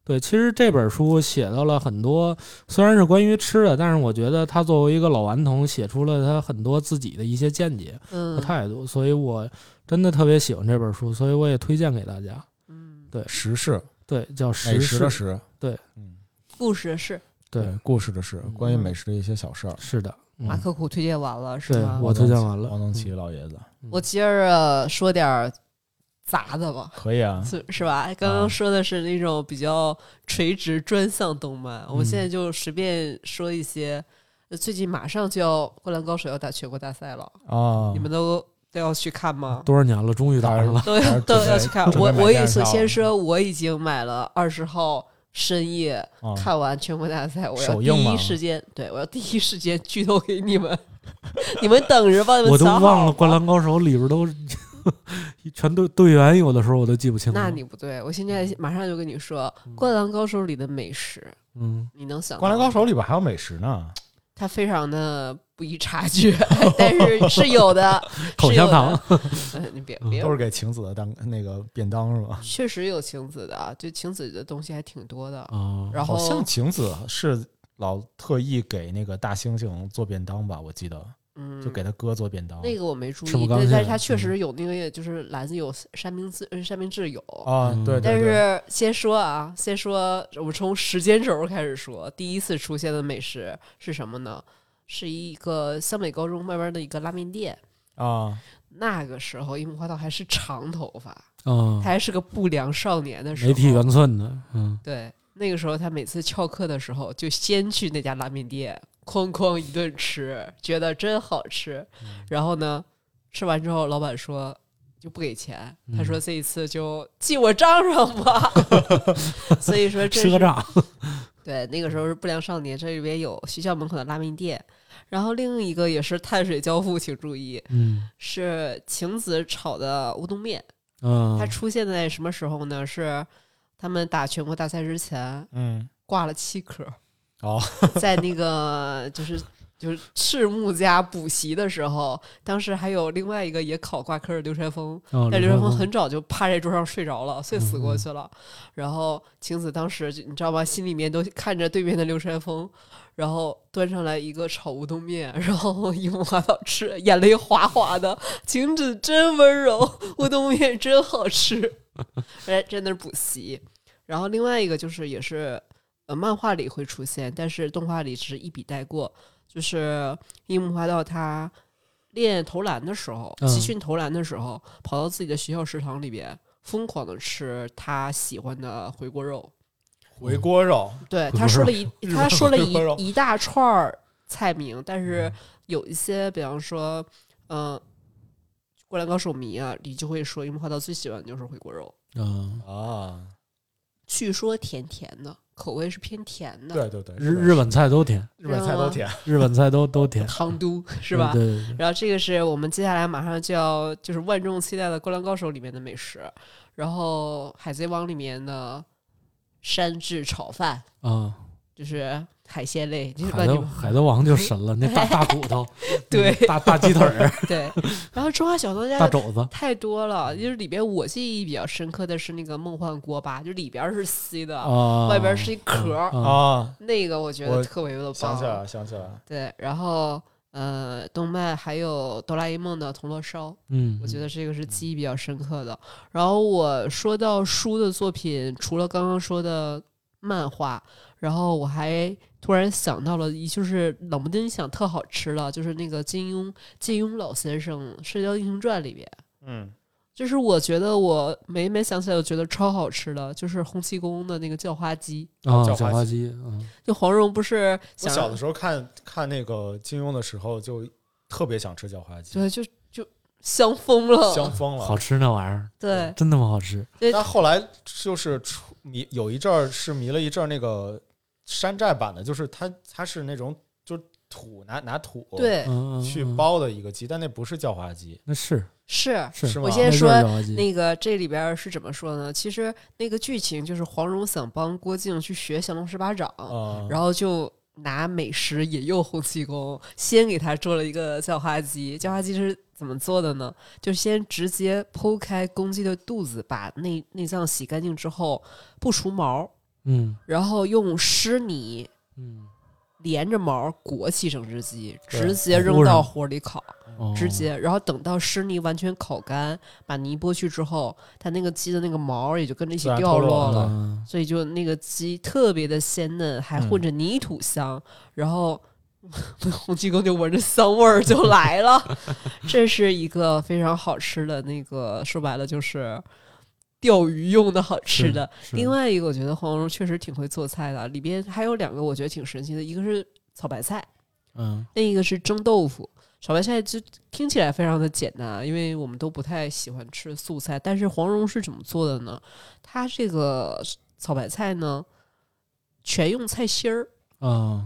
[SPEAKER 5] 对，其实这本书写到了很多，虽然是关于吃的，但是我觉得他作为一个老顽童，写出了他很多自己的一些见解。和
[SPEAKER 4] 嗯，
[SPEAKER 5] 态度，所以我真的特别喜欢这本书，所以我也推荐给大家。
[SPEAKER 4] 嗯，
[SPEAKER 1] 时事，
[SPEAKER 5] 对，叫《
[SPEAKER 1] 美
[SPEAKER 5] 时
[SPEAKER 1] 食的》，
[SPEAKER 5] 事
[SPEAKER 1] 嗯食，
[SPEAKER 5] 对，
[SPEAKER 1] 嗯，
[SPEAKER 4] 故事是
[SPEAKER 5] 对，
[SPEAKER 1] 故事的事，
[SPEAKER 4] 嗯
[SPEAKER 1] 关于美食的一些小事儿。
[SPEAKER 5] 是的，嗯
[SPEAKER 4] 马克虎推荐完了是
[SPEAKER 5] 对
[SPEAKER 4] 吗？
[SPEAKER 5] 我推荐完了
[SPEAKER 1] 王东
[SPEAKER 4] 嗯
[SPEAKER 1] 奇老爷子
[SPEAKER 4] 我接着说点儿杂的吧，
[SPEAKER 1] 可以啊，
[SPEAKER 4] 是是吧？刚刚说的是那种比较垂直专项动漫，
[SPEAKER 1] 嗯
[SPEAKER 4] 我现在就随便说一些。呃最近马上就要《灌篮高手》要打全国大赛了，
[SPEAKER 1] 啊
[SPEAKER 4] 你，们都都要去看吗？
[SPEAKER 5] 多少年了，终于打 上了。
[SPEAKER 4] 都要
[SPEAKER 1] 还是
[SPEAKER 4] 都
[SPEAKER 1] 准备
[SPEAKER 4] 要去看。
[SPEAKER 1] 准备
[SPEAKER 4] 我
[SPEAKER 1] 买
[SPEAKER 4] 我
[SPEAKER 1] 电
[SPEAKER 4] 也
[SPEAKER 1] 视啊票
[SPEAKER 4] 首先说，我已经买了二十号深夜
[SPEAKER 1] 啊
[SPEAKER 4] 看完全国大赛，我要
[SPEAKER 1] 首
[SPEAKER 4] 第
[SPEAKER 1] 映吗
[SPEAKER 4] 一时间，对我要第一时间剧透给你们， 你们等着吧，你 们
[SPEAKER 5] 我都
[SPEAKER 4] 藏好啊
[SPEAKER 5] 忘了《
[SPEAKER 4] 吧
[SPEAKER 5] 灌篮高手》里边都 全队队员，有的时候我都记不清了。
[SPEAKER 4] 那你不对，我现在
[SPEAKER 1] 嗯
[SPEAKER 4] 马上就跟你说，《灌篮高手》里的美食，
[SPEAKER 5] 嗯，
[SPEAKER 4] 你能想
[SPEAKER 1] 《嗯
[SPEAKER 4] 到
[SPEAKER 1] 灌篮啊高手》
[SPEAKER 4] 吗
[SPEAKER 1] 里边还有美食呢，
[SPEAKER 4] 它非常的不易察觉， 但是是 有的
[SPEAKER 5] 口香糖，
[SPEAKER 4] 是有的嗯，你别别
[SPEAKER 1] 都，是给晴子的当那个便当是吧？
[SPEAKER 4] 确实有晴子的，啊就晴子的东西还挺多的。
[SPEAKER 5] 啊，
[SPEAKER 4] 然
[SPEAKER 1] 嗯好像
[SPEAKER 4] 后，
[SPEAKER 1] 晴子是老特意给那个大猩猩做便当吧，我记得
[SPEAKER 4] 嗯，
[SPEAKER 1] 就给他哥做便当
[SPEAKER 4] 那个我没注
[SPEAKER 5] 赤木
[SPEAKER 4] 意，
[SPEAKER 5] 刚
[SPEAKER 4] 但
[SPEAKER 5] 宪
[SPEAKER 4] 但是它确
[SPEAKER 1] 嗯
[SPEAKER 4] 实有那个，就是篮子有山明志，呃山明志有。
[SPEAKER 1] 啊
[SPEAKER 5] 嗯，
[SPEAKER 1] 对，对
[SPEAKER 4] 但
[SPEAKER 1] 对
[SPEAKER 4] 是先说啊，先说我们从时间轴开始说，第一次出现的美食是什么呢？是一个湘北高中外边的一个拉面店。
[SPEAKER 1] 啊，
[SPEAKER 4] 那个时候，樱木花道还是长头发，
[SPEAKER 5] 啊
[SPEAKER 1] 嗯
[SPEAKER 4] 他，还是个不良少年的时候。
[SPEAKER 5] 没剃圆寸的，嗯，
[SPEAKER 4] 对，那个时候他每次翘课的时候，就先去那家拉面店，哐哐一顿吃，觉得真好吃。
[SPEAKER 5] 嗯
[SPEAKER 4] 然后呢，吃完之后，老板说就不给钱，他
[SPEAKER 5] 嗯
[SPEAKER 4] 说这一次就记我账上 吧。所以说这
[SPEAKER 5] 赊
[SPEAKER 4] 是
[SPEAKER 5] 账。
[SPEAKER 4] 对那个时候是不良少年，这里边有学校门口的拉面店，然后另一个也是碳水交互，请注意
[SPEAKER 5] 嗯
[SPEAKER 4] 是晴子炒的乌冬面。
[SPEAKER 5] 嗯
[SPEAKER 4] 它，出现在什么时候呢？是他们打全国大赛之前，
[SPEAKER 1] 嗯，
[SPEAKER 4] 挂了七科。
[SPEAKER 1] 哦，
[SPEAKER 4] 在那个就是就是赤木家补习的时候，当时还有另外一个也考挂科的刘传峰，
[SPEAKER 5] 哦
[SPEAKER 4] 但刘
[SPEAKER 5] 传
[SPEAKER 4] 传峰很早就趴在桌上睡着了，睡死过去了。然后晴子当时就你知道吗？心里面都看着对面的刘传峰，然后端上来一个炒乌冬面，然后樱木花道吃，眼泪哗哗的。晴子真温柔，乌冬面真好吃。哎，在那儿补习。然后另外一个就是也是呃漫画里会出现，但是动画里只是一笔带过，就是樱木花道他练投篮的时候，
[SPEAKER 5] 嗯
[SPEAKER 4] 集训投篮的时候，跑到自己的学校食堂里边疯狂的吃他喜欢的回锅肉。
[SPEAKER 1] 回锅肉
[SPEAKER 4] 对，
[SPEAKER 5] 回锅
[SPEAKER 4] 他说
[SPEAKER 5] 肉
[SPEAKER 4] 了一
[SPEAKER 1] 日
[SPEAKER 4] 他
[SPEAKER 1] 本
[SPEAKER 4] 说了
[SPEAKER 1] 回锅肉嗯
[SPEAKER 4] 一一大串儿菜名，但是有一些，比方说，嗯、灌篮高手》迷啊，你就会说
[SPEAKER 5] 啊
[SPEAKER 4] 樱木花道最喜欢的就是回锅肉。
[SPEAKER 5] 嗯
[SPEAKER 1] 啊，
[SPEAKER 4] 据说甜甜的，口味是偏甜的，
[SPEAKER 1] 对对对，
[SPEAKER 5] 日日本菜都甜，
[SPEAKER 1] 日本菜都甜，
[SPEAKER 5] 日本菜都都甜，
[SPEAKER 4] 糖都 是吧？
[SPEAKER 5] 对对对
[SPEAKER 4] 然后这个是我们接下来马上就要就是万众期待的《灌篮高手》里面的美食，然后《海贼王》里面的山治炒饭，
[SPEAKER 5] 啊，
[SPEAKER 4] 就是海鲜类，就是把
[SPEAKER 5] 海
[SPEAKER 4] 你
[SPEAKER 5] 贼
[SPEAKER 4] 们
[SPEAKER 5] 海贼王就神了，那 大大骨头，
[SPEAKER 4] 对
[SPEAKER 5] 那大大鸡腿 儿，
[SPEAKER 4] 对。然后《中华小当家
[SPEAKER 5] 大》肘子，
[SPEAKER 4] 太多了，就是里边我记忆比较深刻的是那个梦幻锅巴，就里边是稀的，
[SPEAKER 1] 哦
[SPEAKER 5] 啊，
[SPEAKER 4] 外边是一壳儿，
[SPEAKER 5] 啊
[SPEAKER 1] 啊！
[SPEAKER 4] 那个我觉
[SPEAKER 1] 嗯我
[SPEAKER 4] 得特别的
[SPEAKER 1] 想起来
[SPEAKER 4] 棒。
[SPEAKER 1] 了，想起来了，
[SPEAKER 4] 对，然后呃，动漫还有哆啦 A 梦的铜锣烧，
[SPEAKER 5] 嗯，
[SPEAKER 4] 我觉得这个是记忆比较深刻的。然后我说到书的作品，除了刚刚说的漫画，然后我还突然想到了一，就是冷不丁想特好吃了，就是那个金庸金庸老先生《射雕英雄传》里边，
[SPEAKER 1] 嗯，
[SPEAKER 4] 就是我觉得我每每想起来，我觉得超好吃的，就是洪七公的那个叫花鸡。
[SPEAKER 5] 啊，
[SPEAKER 1] 叫
[SPEAKER 5] 小
[SPEAKER 1] 花
[SPEAKER 5] 花鸡，嗯
[SPEAKER 4] 就黄蓉不是
[SPEAKER 1] 我
[SPEAKER 4] 想
[SPEAKER 1] 小的时候看看那个金庸的时候，就特别想吃叫花鸡，
[SPEAKER 4] 对，就就香疯了，
[SPEAKER 1] 香疯了
[SPEAKER 5] 好。吃那玩意儿，
[SPEAKER 4] 对
[SPEAKER 5] 真他妈好吃，
[SPEAKER 4] 对
[SPEAKER 1] 但后来就是出迷有一阵儿是迷了一阵儿那个山寨版的，就是它它是那种就是土拿拿土
[SPEAKER 4] 对、
[SPEAKER 5] 嗯，嗯
[SPEAKER 1] 去，
[SPEAKER 5] 嗯
[SPEAKER 1] 包的一个鸡，但那不是叫花鸡，
[SPEAKER 5] 那是
[SPEAKER 4] 是。
[SPEAKER 5] 是
[SPEAKER 1] 是吗
[SPEAKER 4] 我
[SPEAKER 5] 那
[SPEAKER 4] 先说
[SPEAKER 5] 就是叫花鸡
[SPEAKER 4] 那个这里边是怎么说呢？其实那个剧情就是黄蓉想帮郭靖去学降龙十八掌，
[SPEAKER 1] 啊，
[SPEAKER 4] 然后就拿美食引诱洪七公，先给他做了一个叫花鸡。叫花鸡是怎么做的呢？就先直接剖开公鸡的肚子，把内内脏洗干净之后，不除毛，
[SPEAKER 5] 嗯
[SPEAKER 4] 然后用湿泥
[SPEAKER 5] 嗯，
[SPEAKER 4] 连着毛裹起整只鸡，
[SPEAKER 1] 对
[SPEAKER 4] 直接扔到火里烤，
[SPEAKER 5] 哦
[SPEAKER 4] 直接，然后等到湿泥完全烤干，把泥剥去之后，它那个鸡的那个毛也就跟着一起
[SPEAKER 1] 自然
[SPEAKER 4] 掉
[SPEAKER 1] 脱落
[SPEAKER 4] 落了，
[SPEAKER 5] 嗯
[SPEAKER 4] 所以就那个鸡特别的鲜嫩，还混着泥土香，然后洪七公就闻着香味儿就来了， 这是一个非常好吃的那个，说白了就是钓鱼用的好吃的，，
[SPEAKER 5] 是
[SPEAKER 4] 另外一个，我觉得黄蓉确实挺会做菜的，里边还有两个我觉得挺神奇的，一个是炒白菜，
[SPEAKER 5] 嗯
[SPEAKER 4] 另一个是蒸豆腐。炒白菜就听起来非常的简单啊，因为我们都不太喜欢吃素菜。但是黄蓉是怎么做的呢？她这个炒白菜呢，全用菜心儿，
[SPEAKER 5] 啊，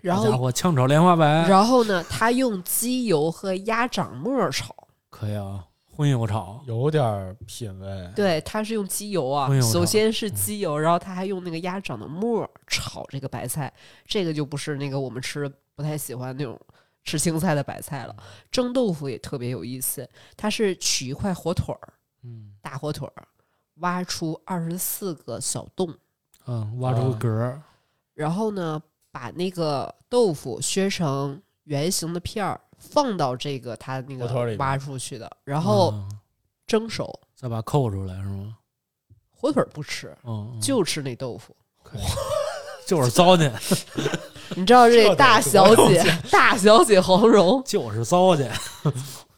[SPEAKER 4] 然
[SPEAKER 5] 好家
[SPEAKER 4] 后
[SPEAKER 5] 伙炝炒莲花白，
[SPEAKER 4] 然后呢，她用鸡油和鸭掌末儿炒。
[SPEAKER 5] 可以啊，荤油炒，
[SPEAKER 1] 有点儿品味。
[SPEAKER 4] 对，它是用鸡油啊
[SPEAKER 5] 哎，呦
[SPEAKER 4] 首
[SPEAKER 5] 我操
[SPEAKER 4] 先是鸡油，然后它还用那个鸭掌的沫儿炒这个白菜，这个就不是那个我们吃不太喜欢那种吃青菜的白菜
[SPEAKER 5] 嗯
[SPEAKER 4] 了。蒸豆腐也特别有意思，它是取一块火腿儿，
[SPEAKER 5] 嗯
[SPEAKER 4] 大火腿儿，挖出二十四个小洞，
[SPEAKER 5] 嗯，挖出
[SPEAKER 1] 啊
[SPEAKER 5] 格儿，
[SPEAKER 4] 然后呢，把那个豆腐削成圆形的片儿，放到这个它那
[SPEAKER 1] 火腿儿里
[SPEAKER 4] 个
[SPEAKER 1] 边
[SPEAKER 4] 挖出去的，然后
[SPEAKER 5] 嗯
[SPEAKER 4] 蒸熟。
[SPEAKER 5] 再把扣出来是吗？
[SPEAKER 4] 火腿儿不吃，
[SPEAKER 5] 嗯，嗯
[SPEAKER 4] 就吃那豆腐。
[SPEAKER 5] 就是糟践，
[SPEAKER 4] 你知道这
[SPEAKER 1] 这
[SPEAKER 4] 大
[SPEAKER 1] 得
[SPEAKER 4] 小
[SPEAKER 1] 多
[SPEAKER 4] 姐， 大小姐黄蓉，
[SPEAKER 5] 就是糟践，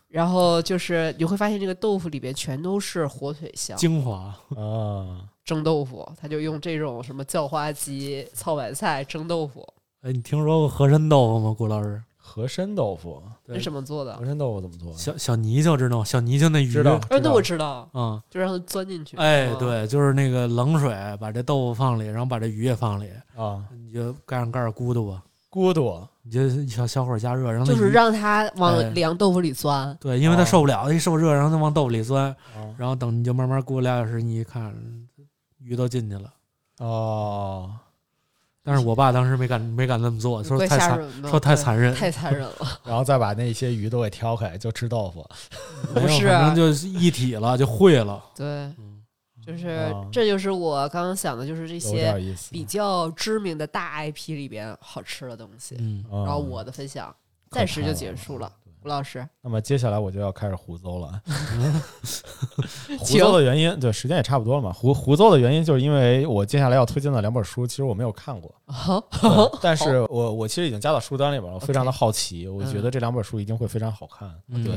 [SPEAKER 4] 然后就是你会发现这个豆腐里边全都是火腿香，
[SPEAKER 5] 精华，
[SPEAKER 1] 啊，
[SPEAKER 4] 蒸豆腐，他就用这种什么叫花鸡、糙白菜蒸豆腐，
[SPEAKER 5] 哎，你听说过和珅豆腐吗？顾老师，
[SPEAKER 1] 和珅豆腐，
[SPEAKER 5] 对
[SPEAKER 4] 是什么做的
[SPEAKER 1] 和？珅豆腐怎么做？
[SPEAKER 5] 小小泥鳅知道吗？小泥鳅那鱼，
[SPEAKER 1] 嗯知道
[SPEAKER 4] 哎，那我知道，
[SPEAKER 5] 啊、
[SPEAKER 4] 就让它钻进去。
[SPEAKER 5] 哎，
[SPEAKER 4] 嗯，
[SPEAKER 5] 对，就是那个冷水把这豆腐放里，然后把这鱼也放里，
[SPEAKER 1] 啊，
[SPEAKER 4] 嗯
[SPEAKER 5] 你就盖上盖儿咕嘟吧，
[SPEAKER 1] 咕嘟
[SPEAKER 5] 你就小小火加热，然后那
[SPEAKER 4] 就是
[SPEAKER 5] 鱼
[SPEAKER 4] 让它
[SPEAKER 5] 哎
[SPEAKER 4] 往凉豆腐里钻。
[SPEAKER 5] 对，因为它
[SPEAKER 1] 哦
[SPEAKER 5] 受不了，它一受热，然后它往豆腐里钻，
[SPEAKER 1] 啊
[SPEAKER 5] 然后等你就慢慢咕噜俩小时，你一看鱼都进去了。
[SPEAKER 1] 哦，
[SPEAKER 5] 但是我爸当时没敢没敢那么做，说
[SPEAKER 4] 怪
[SPEAKER 5] 太
[SPEAKER 4] 吓
[SPEAKER 5] 残，
[SPEAKER 4] 人的，
[SPEAKER 5] 说太
[SPEAKER 4] 对
[SPEAKER 5] 残忍
[SPEAKER 4] 太残忍了。
[SPEAKER 1] 然后再把那些鱼都给挑开，就吃豆腐。
[SPEAKER 5] 没有
[SPEAKER 4] 不是啊
[SPEAKER 5] 反正就是一体了，就会了。
[SPEAKER 4] 对，
[SPEAKER 5] 嗯
[SPEAKER 4] 就是
[SPEAKER 1] 啊
[SPEAKER 4] 这就是我刚刚想的，就是这
[SPEAKER 1] 有
[SPEAKER 4] 些
[SPEAKER 1] 点意思。
[SPEAKER 4] 比较知名的大 IP 里边好吃的东西。
[SPEAKER 5] 嗯，
[SPEAKER 1] 然
[SPEAKER 4] 然后我的分享暂时就结束了。吴老师，
[SPEAKER 1] 那么接下来我就要开始胡诌 了。胡
[SPEAKER 4] 请
[SPEAKER 1] 诌的原因，对，时间也差不多了嘛。胡胡诌的原因就是因为我接下来要推荐的两本书，其实我没有看 过，
[SPEAKER 4] 哦
[SPEAKER 1] 对但是我我其实已经加到书单里边了，我非常的好奇，我觉
[SPEAKER 4] 嗯
[SPEAKER 1] 得这两本书一定会非常好看。
[SPEAKER 5] 嗯
[SPEAKER 1] 对，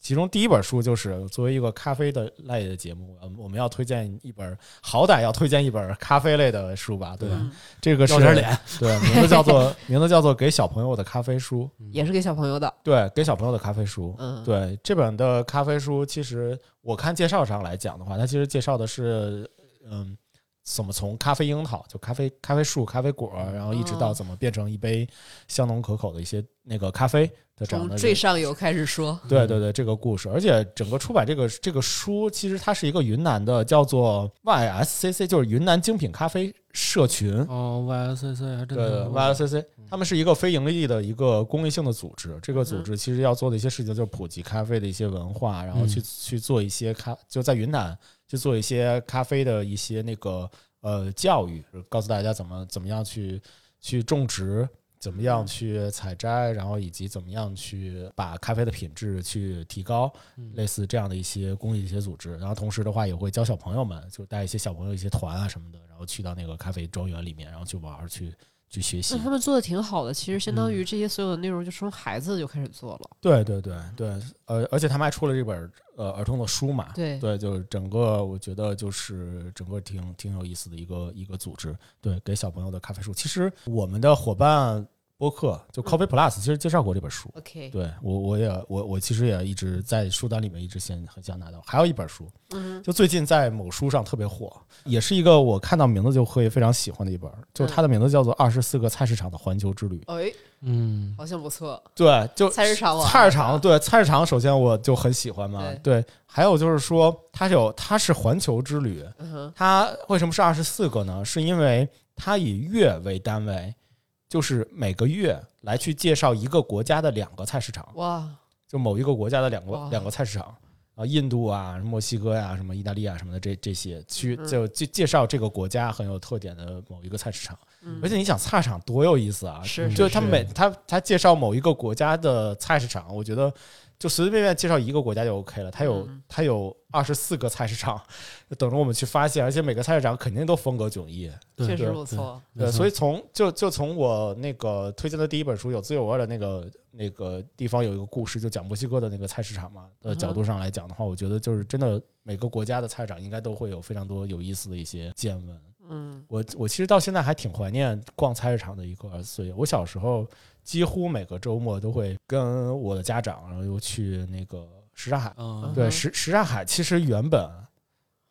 [SPEAKER 1] 其中第一本书就是作为一个咖啡的类的节目，嗯我们要推荐一本，好歹要推荐一本咖啡类的书吧，对吧？
[SPEAKER 4] 嗯
[SPEAKER 1] 这个是
[SPEAKER 5] 要点脸，
[SPEAKER 1] 对，名字叫做 名字叫做《给小朋友的咖啡书》，
[SPEAKER 4] 也是给小朋友的，
[SPEAKER 1] 对，给小朋友的咖啡书。
[SPEAKER 4] 嗯，
[SPEAKER 1] 对这本的咖啡书，其实我看介绍上来讲的话，它其实介绍的是，嗯，怎么从咖啡樱桃，就咖啡咖啡树、咖啡果，然后一直到
[SPEAKER 4] 哦
[SPEAKER 1] 怎么变成一杯香浓可口的一些那个咖啡的这样
[SPEAKER 4] 从
[SPEAKER 1] 的
[SPEAKER 4] 最
[SPEAKER 1] 人
[SPEAKER 4] 上游开始说，
[SPEAKER 1] 对对对，这个故事，而且整个出版这个这个书，其实它是一个云南的叫做 YSCC，就是云南精品咖啡社群。
[SPEAKER 5] 哦，YSCC 还真
[SPEAKER 1] 对
[SPEAKER 5] 的嗯
[SPEAKER 1] YSCC，他们是一个非盈利的一个公益性的组织。这个组织其实要做的一些事情，就是普及咖啡的一些文化，
[SPEAKER 5] 嗯
[SPEAKER 1] 然后去去做一些咖，就在云南去做一些咖啡的一些那个呃教育，告诉大家怎么怎么样去去种植，怎么样去采摘，然后以及怎么样去把咖啡的品质去提高，类似这样的一些公益的一些组织。然后同时的话，也会教小朋友们，就带一些小朋友一些团啊什么的，然后去到那个咖啡庄园里面，然后去玩儿去去学习
[SPEAKER 4] 那。他们做的挺好的，其实相
[SPEAKER 1] 嗯
[SPEAKER 4] 当于这些所有的内容就从孩子就开始做了。
[SPEAKER 1] 对对对对，呃，而且他们还出了这本儿呃儿童的书嘛，
[SPEAKER 4] 对
[SPEAKER 1] 对，就是整个我觉得就是整个挺挺有意思的一个一个组织，对，给小朋友的咖啡书。其实我们的伙伴播客就 Coffee Plus，其实介绍过这本书，
[SPEAKER 4] OK，
[SPEAKER 1] 对我我也我我其实也一直在书单里面一直先很想拿到，还有一本书，
[SPEAKER 4] 嗯，
[SPEAKER 1] 就最近在某书上特别火，也是一个我看到名字就会非常喜欢的一本儿，就它的名字叫做《二十四个菜市场的环球之旅》。
[SPEAKER 4] 哎，
[SPEAKER 5] 嗯，
[SPEAKER 4] 好像不错。
[SPEAKER 1] 对，就
[SPEAKER 4] 菜市场我
[SPEAKER 1] 菜市场，对菜市场，首先我就很喜欢嘛。对，还有就是说，它有它是环球之旅，
[SPEAKER 4] 嗯哼，
[SPEAKER 1] 它为什么是二十四个呢？是因为它以月为单位，就是每个月来去介绍一个国家的两个菜市场，
[SPEAKER 4] 哇，
[SPEAKER 1] 就某一个国家的两个
[SPEAKER 4] 哇
[SPEAKER 1] 两个菜市场。啊，印度啊，墨西哥呀、什么意大利啊，什么的这这些，去
[SPEAKER 4] 嗯
[SPEAKER 1] 就介介绍这个国家很有特点的某一个菜市场。
[SPEAKER 4] 嗯
[SPEAKER 1] 而且你想菜市场多有意思啊！
[SPEAKER 4] 是是
[SPEAKER 1] 就他每他他介绍某一个国家的菜市场，我觉得就随随便便介绍一个国家就 OK 了。他有
[SPEAKER 4] 嗯
[SPEAKER 1] 他有二十四个菜市场，等着我们去发现，而且每个菜市场肯定都风格迥异。
[SPEAKER 5] 对
[SPEAKER 4] 确实
[SPEAKER 1] 对
[SPEAKER 4] 不错。
[SPEAKER 5] 没
[SPEAKER 1] 对，
[SPEAKER 5] 错
[SPEAKER 1] 所以从就就从我那个推荐的第一本书《有滋有味》的那个那个地方有一个故事，就讲墨西哥的那个菜市场嘛的
[SPEAKER 4] 嗯哼
[SPEAKER 1] 角度上来讲的话，我觉得就是真的每个国家的菜市场应该都会有非常多有意思的一些见闻。
[SPEAKER 4] 嗯，
[SPEAKER 1] 我我其实到现在还挺怀念逛菜市场的一个岁月。我小时候几乎每个周末都会跟我的家长，然后又去那个什刹海。
[SPEAKER 5] 嗯，
[SPEAKER 1] 对，
[SPEAKER 4] 嗯
[SPEAKER 1] 什什刹海其实原本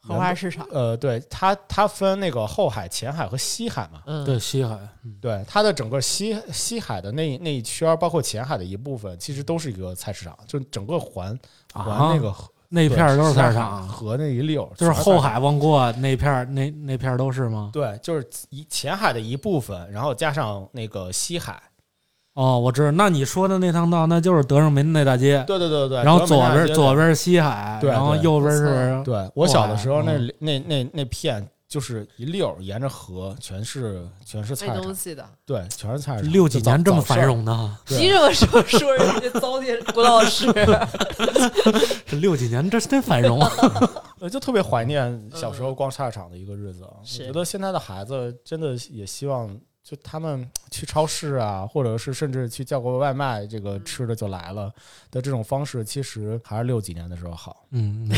[SPEAKER 4] 荷花市场，
[SPEAKER 1] 呃，对它它分那个后海、前海和西海嘛。
[SPEAKER 4] 嗯，
[SPEAKER 5] 对，西海，嗯
[SPEAKER 1] 对，它的整个西西海的那那一圈儿，包括前海的一部分，其实都是一个菜市场，就整个环环
[SPEAKER 5] 啊
[SPEAKER 1] 那个河
[SPEAKER 5] 那片儿都
[SPEAKER 1] 对什
[SPEAKER 5] 是
[SPEAKER 1] 刹
[SPEAKER 5] 菜市
[SPEAKER 1] 海
[SPEAKER 5] 场，
[SPEAKER 1] 河那一溜儿，
[SPEAKER 5] 就是
[SPEAKER 1] 全菜市
[SPEAKER 5] 后
[SPEAKER 1] 场
[SPEAKER 5] 海往过那片儿，那那片儿都是吗？
[SPEAKER 1] 对，就是一前海的一部分，然后加上那个西海，
[SPEAKER 5] 哦，我知道。那你说的那趟道，那就是德胜门那大街，
[SPEAKER 1] 对对对对，
[SPEAKER 5] 然后
[SPEAKER 1] 德胜
[SPEAKER 5] 左
[SPEAKER 1] 门大
[SPEAKER 5] 边
[SPEAKER 1] 街
[SPEAKER 5] 左边是西海，
[SPEAKER 1] 对
[SPEAKER 5] 然后
[SPEAKER 1] 对
[SPEAKER 5] 右边
[SPEAKER 4] 不
[SPEAKER 5] 是
[SPEAKER 4] 错
[SPEAKER 1] 对我小的时候那
[SPEAKER 5] 嗯
[SPEAKER 1] 那那那片就是一溜儿沿着河，全是全是菜
[SPEAKER 4] 卖
[SPEAKER 1] 市
[SPEAKER 4] 东
[SPEAKER 1] 场，
[SPEAKER 4] 西的。
[SPEAKER 1] 对，全是菜市场。
[SPEAKER 5] 六几
[SPEAKER 1] 就早
[SPEAKER 5] 年这么
[SPEAKER 1] 早
[SPEAKER 5] 繁
[SPEAKER 1] 上
[SPEAKER 5] 荣呢？
[SPEAKER 1] 对
[SPEAKER 4] 你怎么说说人家糟践郭老 师？
[SPEAKER 5] 这六几年这真繁荣，啊
[SPEAKER 1] 呃，就特别怀念小时候逛菜市场的一个日子。啊我
[SPEAKER 4] 嗯是
[SPEAKER 1] 觉得现在的孩子真的也希望，就他们去超市啊，或者是甚至去叫个外卖，这
[SPEAKER 4] 嗯
[SPEAKER 1] 个吃的就来了的这种方式，其实还是六几年的时候好。
[SPEAKER 5] 嗯，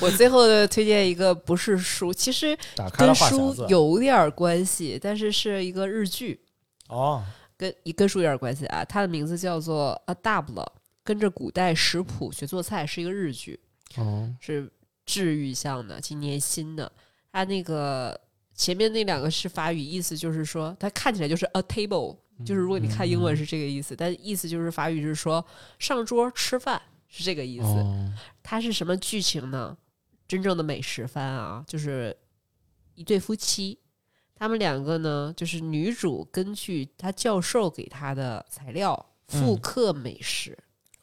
[SPEAKER 4] 我最后的推荐一个不是书，其实
[SPEAKER 1] 打开了
[SPEAKER 4] 跟
[SPEAKER 1] 话匣
[SPEAKER 4] 书
[SPEAKER 1] 子，
[SPEAKER 4] 有点儿关系，但是是一个日剧，
[SPEAKER 1] 哦，
[SPEAKER 4] 跟跟书有点儿关系啊。它的名字叫做啊《Adapt》，跟着古代食谱学做菜，是一个日剧，
[SPEAKER 5] 哦，
[SPEAKER 4] 是治愈向的，今年新的。它那个前面那两个是法语，意思就是说它看起来就是 a table，就是如果你看英文是这个意思，但意思就是法语是说上桌吃饭是这个意思。
[SPEAKER 5] 哦，
[SPEAKER 4] 它是什么剧情呢？真正的美食番啊，就是一对夫妻，他们两个呢，就是女主根据她教授给她的材料复刻美食，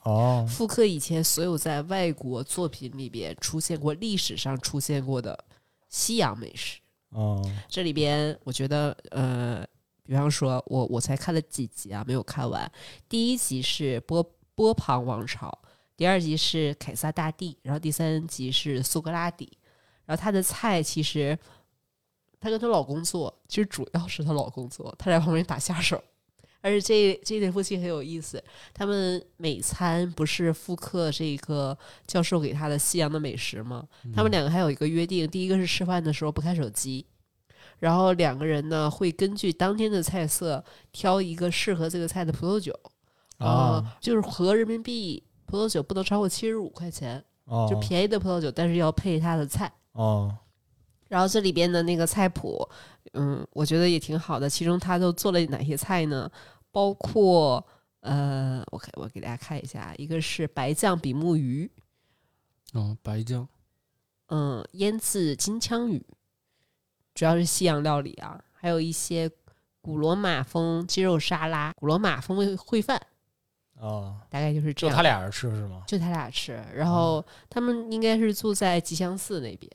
[SPEAKER 1] 哦，
[SPEAKER 4] 复刻以前所有在外国作品里边出现过、历史上出现过的西洋美食。
[SPEAKER 1] 哦，
[SPEAKER 4] 这里边我觉得，呃，比方说我我才看了几集啊，没有看完。第一集是波波旁王朝，第二集是凯撒大帝，然后第三集是苏格拉底。然后她的菜其实，她跟她老公做，其实主要是她老公做，她在旁边打下手。而且这这对夫妻很有意思，他们每餐不是复刻这个教授给她的西洋的美食吗？
[SPEAKER 1] 嗯
[SPEAKER 4] 他们两个还有一个约定，第一个是吃饭的时候不看手机，然后两个人呢会根据当天的菜色挑一个适合这个菜的葡萄酒，
[SPEAKER 1] 啊
[SPEAKER 4] 呃，就是合人民币葡萄酒不能超过七十五块钱，
[SPEAKER 1] 哦，
[SPEAKER 4] 就便宜的葡萄酒，但是要配它的菜。
[SPEAKER 1] 哦，
[SPEAKER 4] 然后这里边的那个菜谱，嗯，我觉得也挺好的。其中他都做了哪些菜呢？包括呃，我看我给大家看一下，啊一个是白酱比目鱼，
[SPEAKER 5] 嗯，白酱
[SPEAKER 4] 嗯，腌制金枪鱼，主要是西洋料理啊，还有一些古罗马风鸡肉沙拉、古罗马风味烩饭，
[SPEAKER 1] 哦，
[SPEAKER 4] 大概就是这
[SPEAKER 1] 就
[SPEAKER 4] 样。
[SPEAKER 1] 他俩人嗯吃是吗？
[SPEAKER 4] 就他俩吃，然后他们应该是住在吉祥寺那边。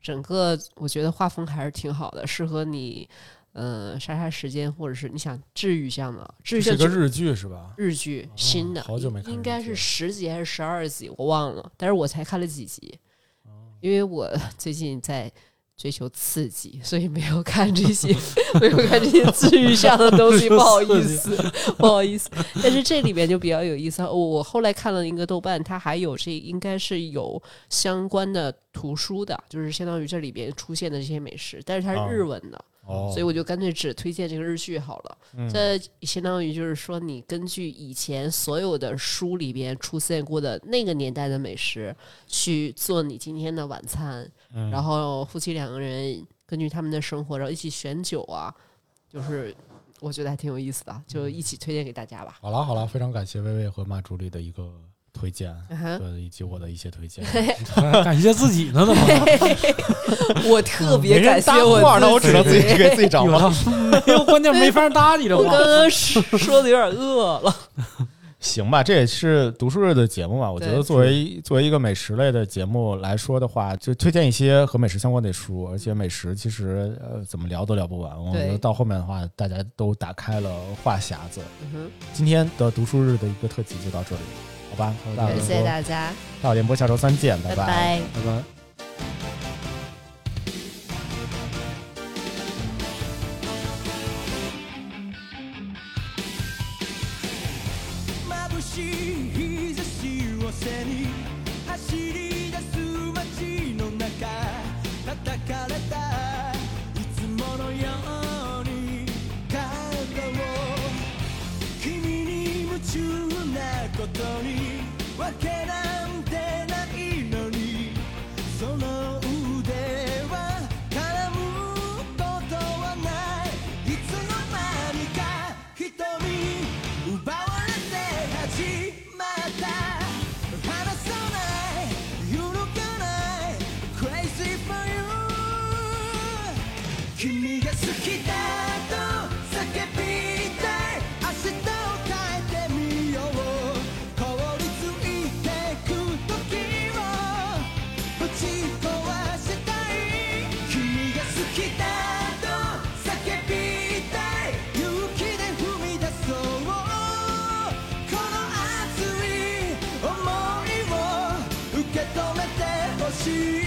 [SPEAKER 4] 整个我觉得画风还是挺好的，适合你，呃，杀杀时间，或者是你想治愈向的，治愈
[SPEAKER 1] 是
[SPEAKER 4] 向
[SPEAKER 1] 个
[SPEAKER 4] 就
[SPEAKER 1] 日剧是吧？
[SPEAKER 4] 日剧新的，
[SPEAKER 1] 哦好久没看
[SPEAKER 4] 应
[SPEAKER 1] 日
[SPEAKER 4] 该
[SPEAKER 1] 剧
[SPEAKER 4] 是
[SPEAKER 1] 了
[SPEAKER 4] 十集还是十二集，我忘了，但是我才看了几集，
[SPEAKER 1] 哦
[SPEAKER 4] 因为我最近在追求刺激，所以没有看这 些，没有看这些治愈上的东西，不好意思，不好意思。但是这里面就比较有意思，我我后来看了一个豆瓣，它还有这应该是有相关的图书的，就是相当于这里边出现的这些美食，但是它
[SPEAKER 1] 哦
[SPEAKER 4] 是日文的，
[SPEAKER 1] 哦，
[SPEAKER 4] 所以我就干脆只推荐这个日剧好了。
[SPEAKER 1] 嗯
[SPEAKER 4] 这相当于就是说，你根据以前所有的书里边出现过的那个年代的美食，去做你今天的晚餐，
[SPEAKER 1] 嗯
[SPEAKER 4] 然后夫妻两个人根据他们的生活，然后一起选酒啊，就是我觉得还挺有意思的，
[SPEAKER 1] 嗯
[SPEAKER 4] 就一起推荐给大家吧。
[SPEAKER 1] 好了好了，非常感谢薇薇和马助理的一个推荐，
[SPEAKER 4] 嗯哼，
[SPEAKER 1] 对，以及我的一些推荐。
[SPEAKER 5] 感谢自己呢，怎么
[SPEAKER 4] 我特别感谢
[SPEAKER 1] 哦没人搭
[SPEAKER 4] 我
[SPEAKER 1] 话那我只能自己给自己找
[SPEAKER 5] 有
[SPEAKER 1] 了。
[SPEAKER 5] 了？ 没有，关键没法搭你这
[SPEAKER 4] 我
[SPEAKER 5] 话
[SPEAKER 4] 刚。刚说的有点饿了，
[SPEAKER 1] 行吧，这也是读书日的节目吧。我觉得
[SPEAKER 4] 对
[SPEAKER 1] 作为作为一个美食类的节目来说的话，就推荐一些和美食相关的书，而且美食其实呃怎么聊都聊不完。我觉得
[SPEAKER 4] 对
[SPEAKER 1] 到后面的话，大家都打开了话匣子。
[SPEAKER 4] 嗯哼
[SPEAKER 1] 今天的读书日的一个特辑就到这里， 好吧？大有
[SPEAKER 4] 感
[SPEAKER 1] 联
[SPEAKER 4] 谢
[SPEAKER 1] 播，
[SPEAKER 4] 大家，
[SPEAKER 1] 大有联播，下周三见，
[SPEAKER 4] 拜拜
[SPEAKER 5] 拜拜。
[SPEAKER 6] 眩しい日差しを背に走り出す街の中叩かれたいつものように体を君に夢中なことにわけなんてないのにその腕は絡むことはないいつの間にか瞳奪われて始まった離さない揺るがない Crazy for you 君が好きだと叫びたい明日を変えてみよう凍りついてく時をぶち壊したい君が好きだと叫びたい勇気で踏み出そうこの熱い想いを受け止めてほしい